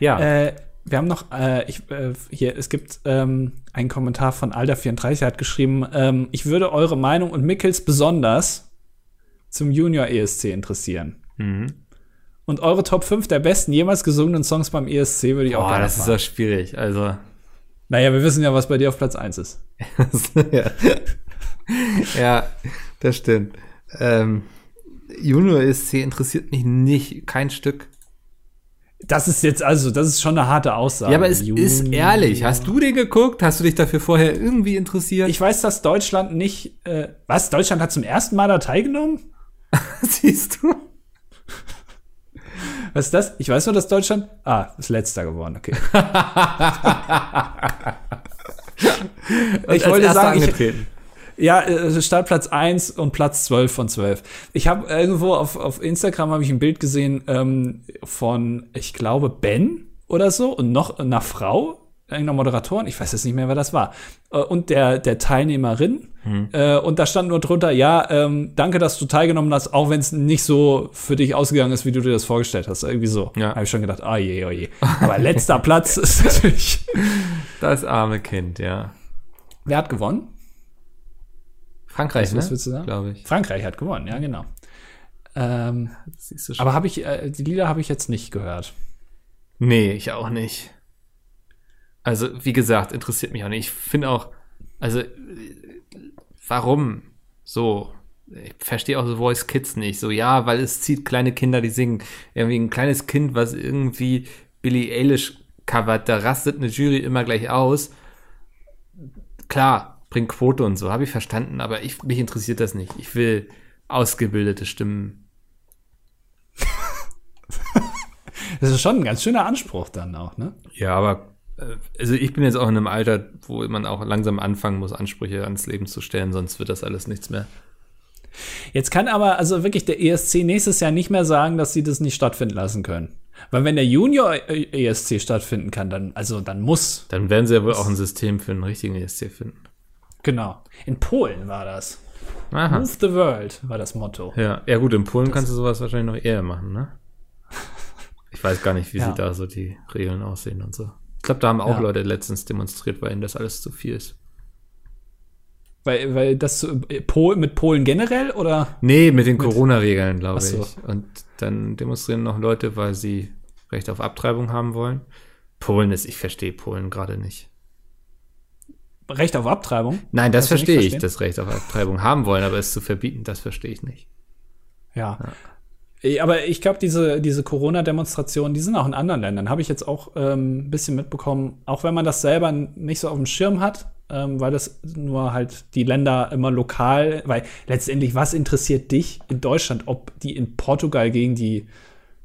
Ja,
Äh, wir haben noch, äh, ich, äh, hier, es gibt ähm, einen Kommentar von Alda34, der hat geschrieben, ähm, ich würde eure Meinung und Mickels besonders zum Junior ESC interessieren.
Mhm.
Und eure Top 5 der besten jemals gesungenen Songs beim ESC würde ich auch
Boah,
gerne
oh, das ist
erfahren.
doch schwierig. Also,
Naja, wir wissen ja, was bei dir auf Platz 1 ist.
ja. ja, das stimmt. Ähm, Juno ESC interessiert mich nicht, kein Stück.
Das ist jetzt also, das ist schon eine harte Aussage.
Ja, aber es
Juni.
ist ehrlich. Hast du den geguckt? Hast du dich dafür vorher irgendwie interessiert?
Ich weiß, dass Deutschland nicht. Äh, was? Deutschland hat zum ersten Mal da teilgenommen?
siehst du?
Was ist das? Ich weiß nur, dass Deutschland. Ah, ist letzter geworden, okay. ich wollte sagen, ich,
angetreten.
Ja, äh, Startplatz 1 und Platz 12 von 12. Ich habe irgendwo auf, auf Instagram habe ich ein Bild gesehen ähm, von, ich glaube, Ben oder so und noch einer Frau, irgendeiner Moderatorin, ich weiß jetzt nicht mehr, wer das war, äh, und der, der Teilnehmerin. Äh, und da stand nur drunter, ja, ähm, danke, dass du teilgenommen hast, auch wenn es nicht so für dich ausgegangen ist, wie du dir das vorgestellt hast. Irgendwie so.
Ja.
Habe ich schon gedacht, ah je, oh je. Aber letzter Platz ist natürlich.
Das arme Kind, ja.
Wer hat gewonnen?
Frankreich,
Was
ne?
willst du sagen?
Glaube ich.
Frankreich hat gewonnen, ja, genau. Ähm,
Siehst du schon.
Aber habe ich äh, die Lieder habe ich jetzt nicht gehört.
Nee, ich auch nicht. Also, wie gesagt, interessiert mich auch nicht. Ich finde auch, also, äh, warum so? Ich verstehe auch so Voice Kids nicht. So, ja, weil es zieht kleine Kinder, die singen. Irgendwie ein kleines Kind, was irgendwie Billie Eilish covert, da rastet eine Jury immer gleich aus. Klar, bringt Quote und so, habe ich verstanden, aber ich, mich interessiert das nicht. Ich will ausgebildete Stimmen.
Das ist schon ein ganz schöner Anspruch dann auch, ne?
Ja, aber äh, also ich bin jetzt auch in einem Alter, wo man auch langsam anfangen muss, Ansprüche ans Leben zu stellen, sonst wird das alles nichts mehr.
Jetzt kann aber also wirklich der ESC nächstes Jahr nicht mehr sagen, dass sie das nicht stattfinden lassen können. Weil wenn der Junior äh, ESC stattfinden kann, dann also dann muss.
Dann werden sie ja wohl auch ein System für einen richtigen ESC finden.
Genau. In Polen war das.
Aha.
Move the World war das Motto.
Ja, ja gut, in Polen kannst du sowas wahrscheinlich noch eher machen, ne? Ich weiß gar nicht, wie
Ja.
sie da so die Regeln aussehen und so. Ich glaube, da haben auch
Ja.
Leute letztens demonstriert, weil ihnen das alles zu viel ist.
Weil weil das so, äh, Pol, mit Polen generell oder
Nee, mit den Corona-Regeln, glaube
Ach so.
ich. Und dann demonstrieren noch Leute, weil sie Recht auf Abtreibung haben wollen. Polen ist, ich verstehe Polen gerade nicht.
Recht auf Abtreibung?
Nein, das
Kannst du
verstehe
nicht
ich,
verstehen?
das Recht auf Abtreibung haben wollen, aber es zu verbieten, das verstehe ich nicht.
Ja. Eh, Aber ich glaube, diese, diese Corona-Demonstrationen, die sind auch in anderen Ländern. Habe ich jetzt auch ähm, ein bisschen mitbekommen, auch wenn man das selber n- nicht so auf dem Schirm hat, ähm, weil das nur halt die Länder immer lokal, weil letztendlich, was interessiert dich in Deutschland, ob die in Portugal gegen die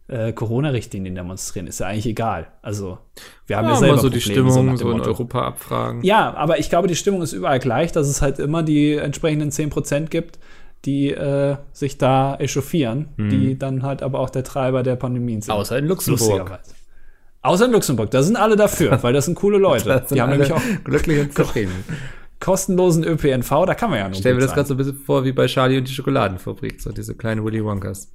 äh, Corona-Richtlinien demonstrieren, ist ja eigentlich egal. Also, wir haben ja,
mal
selber
so die
Probleme,
Stimmung
nach dem
so in
Motto.
Europa abfragen.
Ja, aber ich glaube, die Stimmung ist überall gleich, dass es halt immer die entsprechenden 10% gibt, die äh, sich da echauffieren, die dann halt aber auch der Treiber der Pandemien sind.
Mhm. Außer in Luxemburg.
Lustigerweise. Außer in Luxemburg, da sind alle dafür, weil das sind coole Leute.
Das sind
Die haben
alle
nämlich auch
glücklich und zufrieden.
kostenlosen ÖPNV, da kann man ja nur
Stell mir
gut
das
sein.
gerade so ein bisschen vor wie bei Charlie und die Schokoladenfabrik, so diese kleinen Willy Wonkas.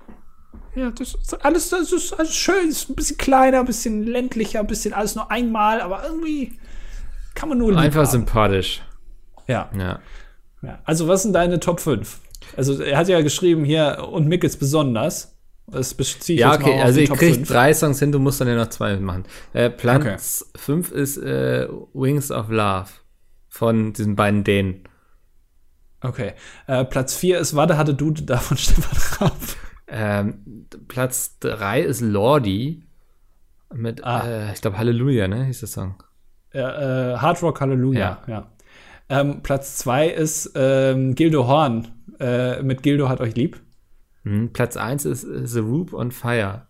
Ja, das ist alles, das ist alles schön, ist ein bisschen kleiner, ein bisschen ländlicher, ein bisschen alles nur einmal, aber irgendwie kann man nur lieb
Einfach
haben.
sympathisch.
Ja.
Ja.
Ja, also was sind deine Top 5? Also er hat ja geschrieben hier und Mickels besonders. Das beziehe ich
Ja,
jetzt mal
okay,
auf
also
die
ich
Top
krieg
5.
drei Songs hin, du musst dann ja noch zwei machen. Äh, Platz fünf ist äh, Wings of Love von diesen beiden Dänen.
Okay. Äh, Platz 4 ist Wade hatte du davon Stefan Raab.
Ähm, Platz 3 ist Lordi mit,
Ah.
äh, ich glaube, Halleluja, ne, hieß der Song.
Ja, äh, Hard Rock Hallelujah. Ja. Ähm, Platz 2 ist ähm, Gildo Horn. Äh, mit Gildo hat euch lieb.
Hm, Platz 1 ist äh, The Roop on Fire.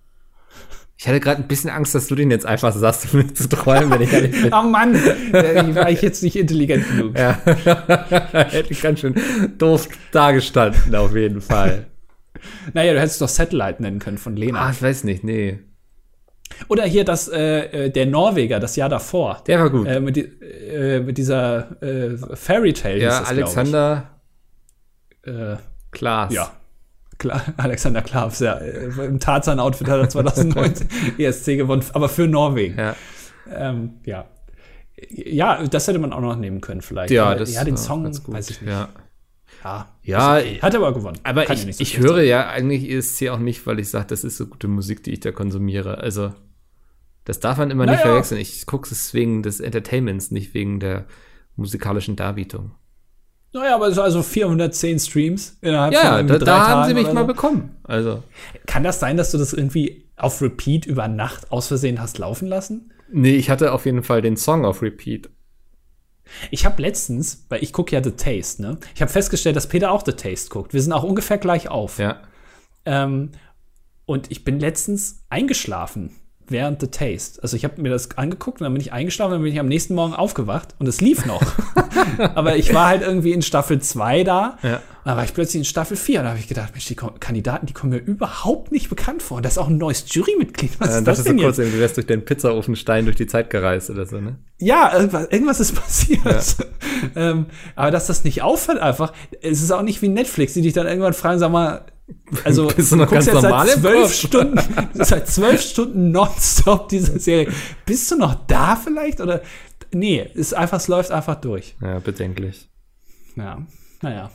Ich hatte gerade ein bisschen Angst, dass du den jetzt einfach sagst, um mich zu träumen, wenn ich ehrlich bin.
Oh Mann, äh, war ich jetzt nicht intelligent genug.
Ja. Hätte ich ganz schön doof dargestanden, auf jeden Fall.
Naja, du hättest doch Satellite nennen können von Lena.
Ah, ich weiß nicht, nee.
Oder hier das, äh, äh, der Norweger, das Jahr davor.
Der war gut.
äh, mit, die, äh, mit dieser äh, Fairy Tale. hieß
ja,
das, glaub ich.
Alexander
Äh,
Klaas.
ja. Klar, Alexander Klavs, ja. äh, Im Tarzan-Outfit hat er 2019 ESC gewonnen, aber für Norwegen.
Ja.
Ähm, ja. Ja, das hätte man auch noch nehmen können, vielleicht.
Ja,
Äh,
das
ja den
war
Song,
ganz gut.
weiß ich nicht.
Ja,
Ja,
ja
Ist okay. hat aber gewonnen.
aber
Kann
ich,
ja nicht so
ich
schlecht
höre ja eigentlich ESC auch nicht, weil ich sage, das ist so gute Musik, die ich da konsumiere. Also, das darf man immer nicht
Naja.
verwechseln. Ich gucke es wegen des Entertainments, nicht wegen der musikalischen Darbietung.
sein. Naja, aber es ist also 410 Streams innerhalb von
Ja, da,
irgendwie drei
da haben sie
Tagen
mich
oder
mal
so.
bekommen. Also,
Kann das sein, dass du das irgendwie auf Repeat über Nacht aus Versehen hast laufen lassen?
nee, ich hatte auf jeden Fall den Song auf Repeat.
Ich habe letztens, weil ich gucke ja The Taste, ne? Ich habe festgestellt, dass Peter auch The Taste guckt. Wir sind auch ungefähr gleich auf.
Ja.
Ähm, und ich bin letztens eingeschlafen während The Taste. Also ich habe mir das angeguckt und dann bin ich eingeschlafen, dann bin ich am nächsten Morgen aufgewacht und es lief noch. Aber ich war halt irgendwie in Staffel 2 da.
Ja.
Dann war ich plötzlich in Staffel 4 und da habe ich gedacht, Mensch, die Ko- Kandidaten, die kommen mir überhaupt nicht bekannt vor. Und da ist auch ein neues Jurymitglied. Was
Dann
ist das
dachtest du
denn
kurz,
jetzt?
du wärst durch den Pizzaofenstein durch die Zeit gereist oder so, ne?
Ja, irgendwas, irgendwas ist passiert. ähm, aber dass das nicht aufhört einfach, es ist auch nicht wie Netflix, die dich dann irgendwann fragen, sag mal, also
Bist du noch ganz
jetzt
normal
seit
im
zwölf
Kopf?
Stunden, seit zwölf Stunden nonstop diese Serie. Bist du noch da vielleicht? Oder nee, ist einfach, es läuft einfach durch.
Ja, bedenklich.
Ja, naja.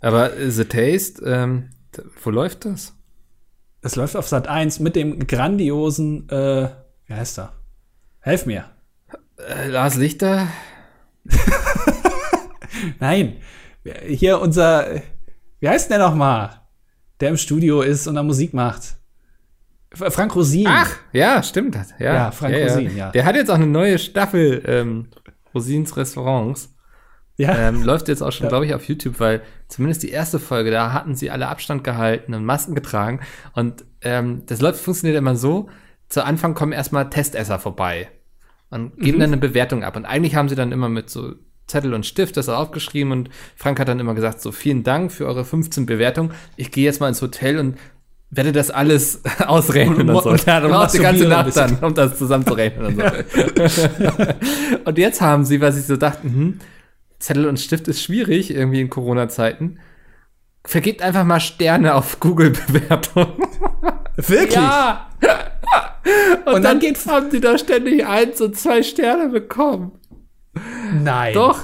Aber äh, The Taste, ähm, d- wo läuft das?
Es läuft auf Sat 1 mit dem grandiosen, äh, wie heißt er? Helf mir.
Äh, Lars Lichter?
Nein. Hier unser, wie heißt denn der nochmal? Der im Studio ist und da Musik macht. F- äh, Frank Rosin.
Ach, ja, stimmt. das. Ja,
Ja, Frank Rosin, ja.
Der hat jetzt auch eine neue Staffel ähm, Rosins Restaurants.
Ja.
Ähm, läuft jetzt auch schon, glaube ich, auf YouTube, weil zumindest die erste Folge, da hatten sie alle Abstand gehalten und Masken getragen. Und ähm, das läuft, funktioniert immer so, zu Anfang kommen erstmal Testesser vorbei und
Mhm.
geben dann eine Bewertung ab. Und eigentlich haben sie dann immer mit so Zettel und Stift das aufgeschrieben und Frank hat dann immer gesagt, so vielen Dank für eure 15 Bewertungen. Ich gehe jetzt mal ins Hotel und werde das alles ausrechnen und,
Und
so.
mo-
Ja, dann
und
brauchst du die ganze
masturbieren ein
Nacht dann, um das zusammenzurechnen und so. und jetzt haben sie, weil sie so dachten, hm, Zettel und Stift ist schwierig irgendwie in Corona-Zeiten. Vergebt einfach mal Sterne auf Google-Bewertungen.
Wirklich?
Ja! Und,
dann
dann,
geht-
haben die da ständig eins und zwei Sterne bekommen.
Nein.
Doch.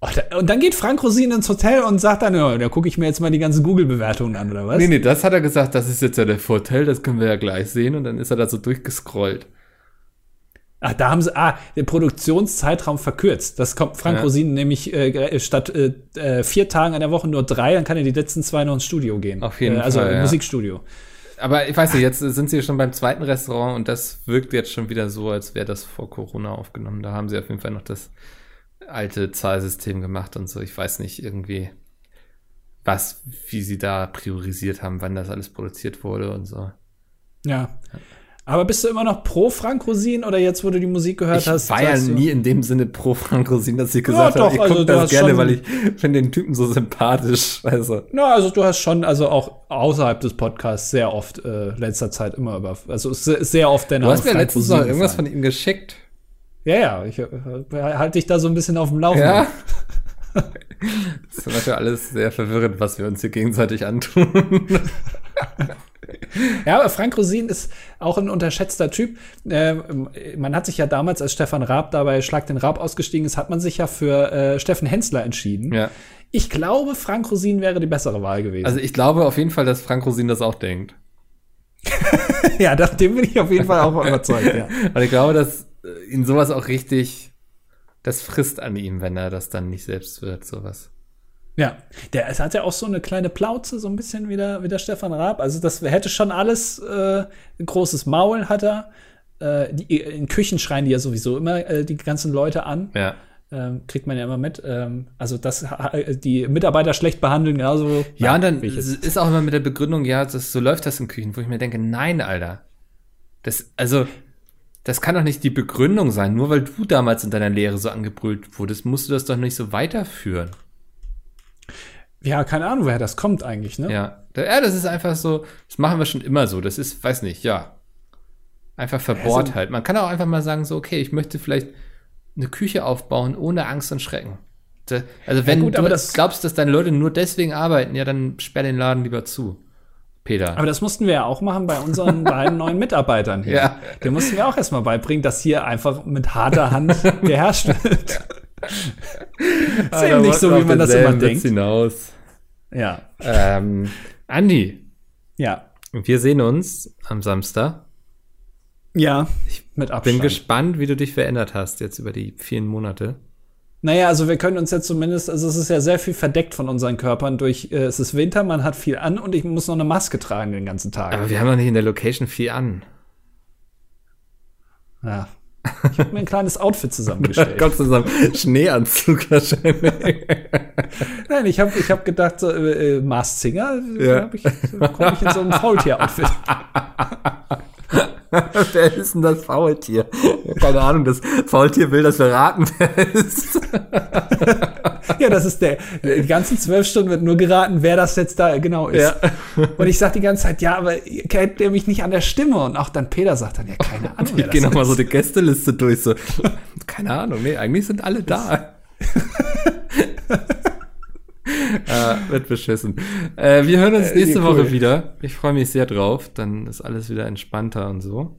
Oh, da- Und dann geht Frank Rosin ins Hotel und sagt dann, ja, da gucke ich mir jetzt mal die ganzen Google-Bewertungen an, oder was?
Nee, nee, das hat er gesagt, das ist jetzt ja der Vorteil, das können wir ja gleich sehen. Und dann ist er da so durchgescrollt.
Ach, da haben sie, ah, den Produktionszeitraum verkürzt. Das kommt Frank
Ja.
Rosin nämlich äh, gre- statt äh, äh, vier Tagen in der Woche nur drei, dann kann er die letzten zwei noch ins Studio gehen.
Auf jeden
äh, also
Fall,
im
ja.
Musikstudio.
Aber ich weiß nicht, jetzt sind sie schon beim zweiten Restaurant und das wirkt jetzt schon wieder so, als wäre das vor Corona aufgenommen. Da haben sie auf jeden Fall noch das alte Zahlsystem gemacht und so. Ich weiß nicht irgendwie, was, wie sie da priorisiert haben, wann das alles produziert wurde und so.
Ja. Aber bist du immer noch pro Frank Rosin oder jetzt, wo du die Musik gehört
Ich
hast?
war ja
sagst du-
nie in dem Sinne pro Frank Rosin, dass ich gesagt
doch,
habe, ich
also
gucke
du
das
hast
gerne,
schon-
weil ich finde den Typen so sympathisch. Also,
Na, also du hast schon, also auch außerhalb des Podcasts sehr oft äh, letzter Zeit immer über, also ist se- sehr oft der
du
Name
hast mir
Frank
letztens
Rosin
noch irgendwas
gefallen.
von ihm geschickt.
Ja, ja, ich äh, halte dich da so ein bisschen auf dem Laufenden.
Ja. Das ist natürlich alles sehr verwirrend, was wir uns hier gegenseitig antun.
Ja, aber Frank Rosin ist auch ein unterschätzter Typ. Ähm, man hat sich ja damals, als Stefan Raab dabei Schlag den Raab ausgestiegen ist, hat man sich ja für äh, Steffen Hensler entschieden.
Ja.
Ich glaube, Frank Rosin wäre die bessere Wahl gewesen.
Also ich glaube auf jeden Fall, dass Frank Rosin das auch denkt. Also,
ja, da- dem bin ich auf jeden Fall auch überzeugt. Ja.
Und ich glaube, dass äh, ihn sowas auch richtig, das frisst an ihm, wenn er das dann nicht selbst wird, sowas.
Ja, der es hat ja auch so eine kleine Plauze, so ein bisschen wie der, wie der Stefan Raab. Also das hätte schon alles, äh, ein großes Maul hat er. Äh, die, in Küchen schreien die ja sowieso immer äh, die ganzen Leute an.
Ja.
Ähm, kriegt man ja immer mit. Ähm, also das ha- die Mitarbeiter schlecht behandeln, genauso.
Ja, und dann
will ich jetzt-
ist auch immer mit der Begründung, ja, das, so läuft das in Küchen, wo ich mir denke, nein, Alter. Das, also, das kann doch nicht die Begründung sein. Nur weil du damals in deiner Lehre so angebrüllt wurdest, musst du das doch nicht so weiterführen.
ja, keine Ahnung, woher das kommt eigentlich, ne?
Ja. Da- Ja, das ist einfach so, das machen wir schon immer so. Das ist, weiß nicht, ja. Einfach verbohrt
Also-
halt. Man kann auch einfach mal sagen, so, okay, ich möchte vielleicht eine Küche aufbauen ohne Angst und Schrecken. Da- Also, wenn
gut,
du
aber das-
glaubst, dass deine Leute nur deswegen arbeiten, ja, dann sperr den Laden lieber zu. Peter.
Aber das mussten wir ja auch machen bei unseren beiden neuen Mitarbeitern hier.
Ja.
Den mussten wir auch erstmal beibringen, dass hier einfach mit harter Hand geherrscht wird. ist eben nicht so, wie man das immer denkt.
Hinaus.
Ja.
Ähm, Andi,
Ja.
wir sehen uns am Samstag.
Ja. Mit
Bin
Abstand.
gespannt, wie du dich verändert hast jetzt über die vielen Monate.
Naja, also wir können uns jetzt zumindest, also es ist ja sehr viel verdeckt von unseren Körpern durch, äh, es ist Winter, man hat viel an und ich muss noch eine Maske tragen den ganzen Tag.
Aber wir haben noch nicht in der Location viel an.
ja. Ich habe mir ein kleines Outfit zusammengestellt.
zusammen Schneeanzug wahrscheinlich.
Nein, ich habe ich hab gedacht, so, äh, äh, Mars Singer,
Ja.
ja. ich, komme ich in so ein Faultier-Outfit.
Wer ist denn das Faultier? Keine Ahnung, das Faultier will, dass wir raten, wer ist.
ja, das ist der, die ganzen zwölf Stunden wird nur geraten, wer das jetzt da genau ist. Und ich sag die ganze Zeit, ja, aber kennt ihr mich nicht an der Stimme? Und auch dann Peter sagt dann, ja, keine Ahnung, wer
Ich
das
gehe nochmal
ist.
so die Gästeliste durch. So. Keine Ahnung, nee, eigentlich sind alle da. äh, wird beschissen. Äh, wir hören uns
Äh,
nächste
cool.
Woche wieder. Ich freue mich sehr drauf. Dann ist alles wieder entspannter und so.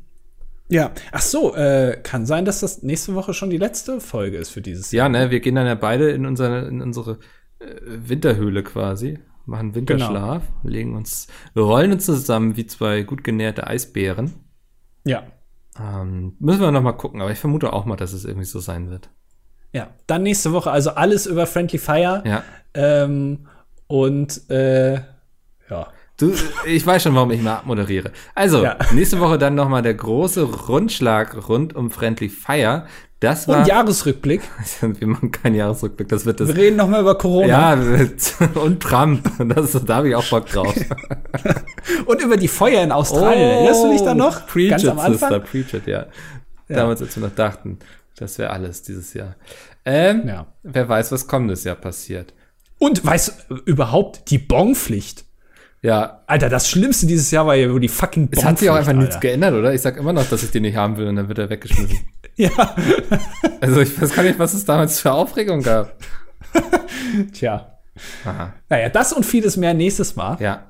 Ja, ach so, äh, kann sein, dass das nächste Woche schon die letzte Folge ist für dieses Jahr.
Ja, ne, wir gehen dann ja beide in unsere, in unsere äh, Winterhöhle quasi, machen Winterschlaf,
Genau.
legen uns, rollen uns zusammen wie zwei gut genährte Eisbären.
Ja.
Ähm, müssen wir nochmal gucken, aber ich vermute auch mal, dass es irgendwie so sein wird.
Ja, dann nächste Woche, also alles über Friendly Fire.
Ja.
Ähm, und äh, ja.
Du, ich weiß schon, warum ich mal moderiere. Also,
Ja.
nächste Woche dann nochmal der große Rundschlag rund um Friendly Fire. Das
Und
war.
Jahresrückblick.
Wir machen keinen Jahresrückblick, das wird das.
Wir reden nochmal über Corona
Ja, und Trump. Das, da habe ich auch Bock drauf.
und über die Feuer in Australien. Oh, Erinnerst du dich
Oh,
da noch?
Preach
Ganz
it,
am
Sister,
Anfang.
preach it, ja. Damals, als wir noch dachten, das wäre alles dieses Jahr. Ähm,
Ja.
Wer weiß, was kommendes Jahr passiert.
Und weißt du, äh, überhaupt die Bonpflicht.
Ja,
Alter, das Schlimmste dieses Jahr war ja über die fucking
es
Bonpflicht.
hat sich auch einfach nichts
Alter.
geändert, oder? Ich sag immer noch, dass ich den nicht haben will und dann wird er weggeschmissen.
Ja,
Also ich weiß gar nicht, was es damals für Aufregung gab.
tja.
Aha.
Naja, das und vieles mehr nächstes Mal.
Ja. Also,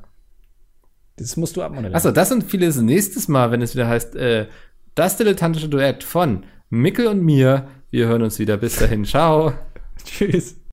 Das musst du abmoderieren.
Achso, das sind vieles nächstes Mal, wenn es wieder heißt, äh, das dilettantische Duett von Mickel und mir. Wir hören uns wieder. Bis dahin. Ciao.
Tschüss.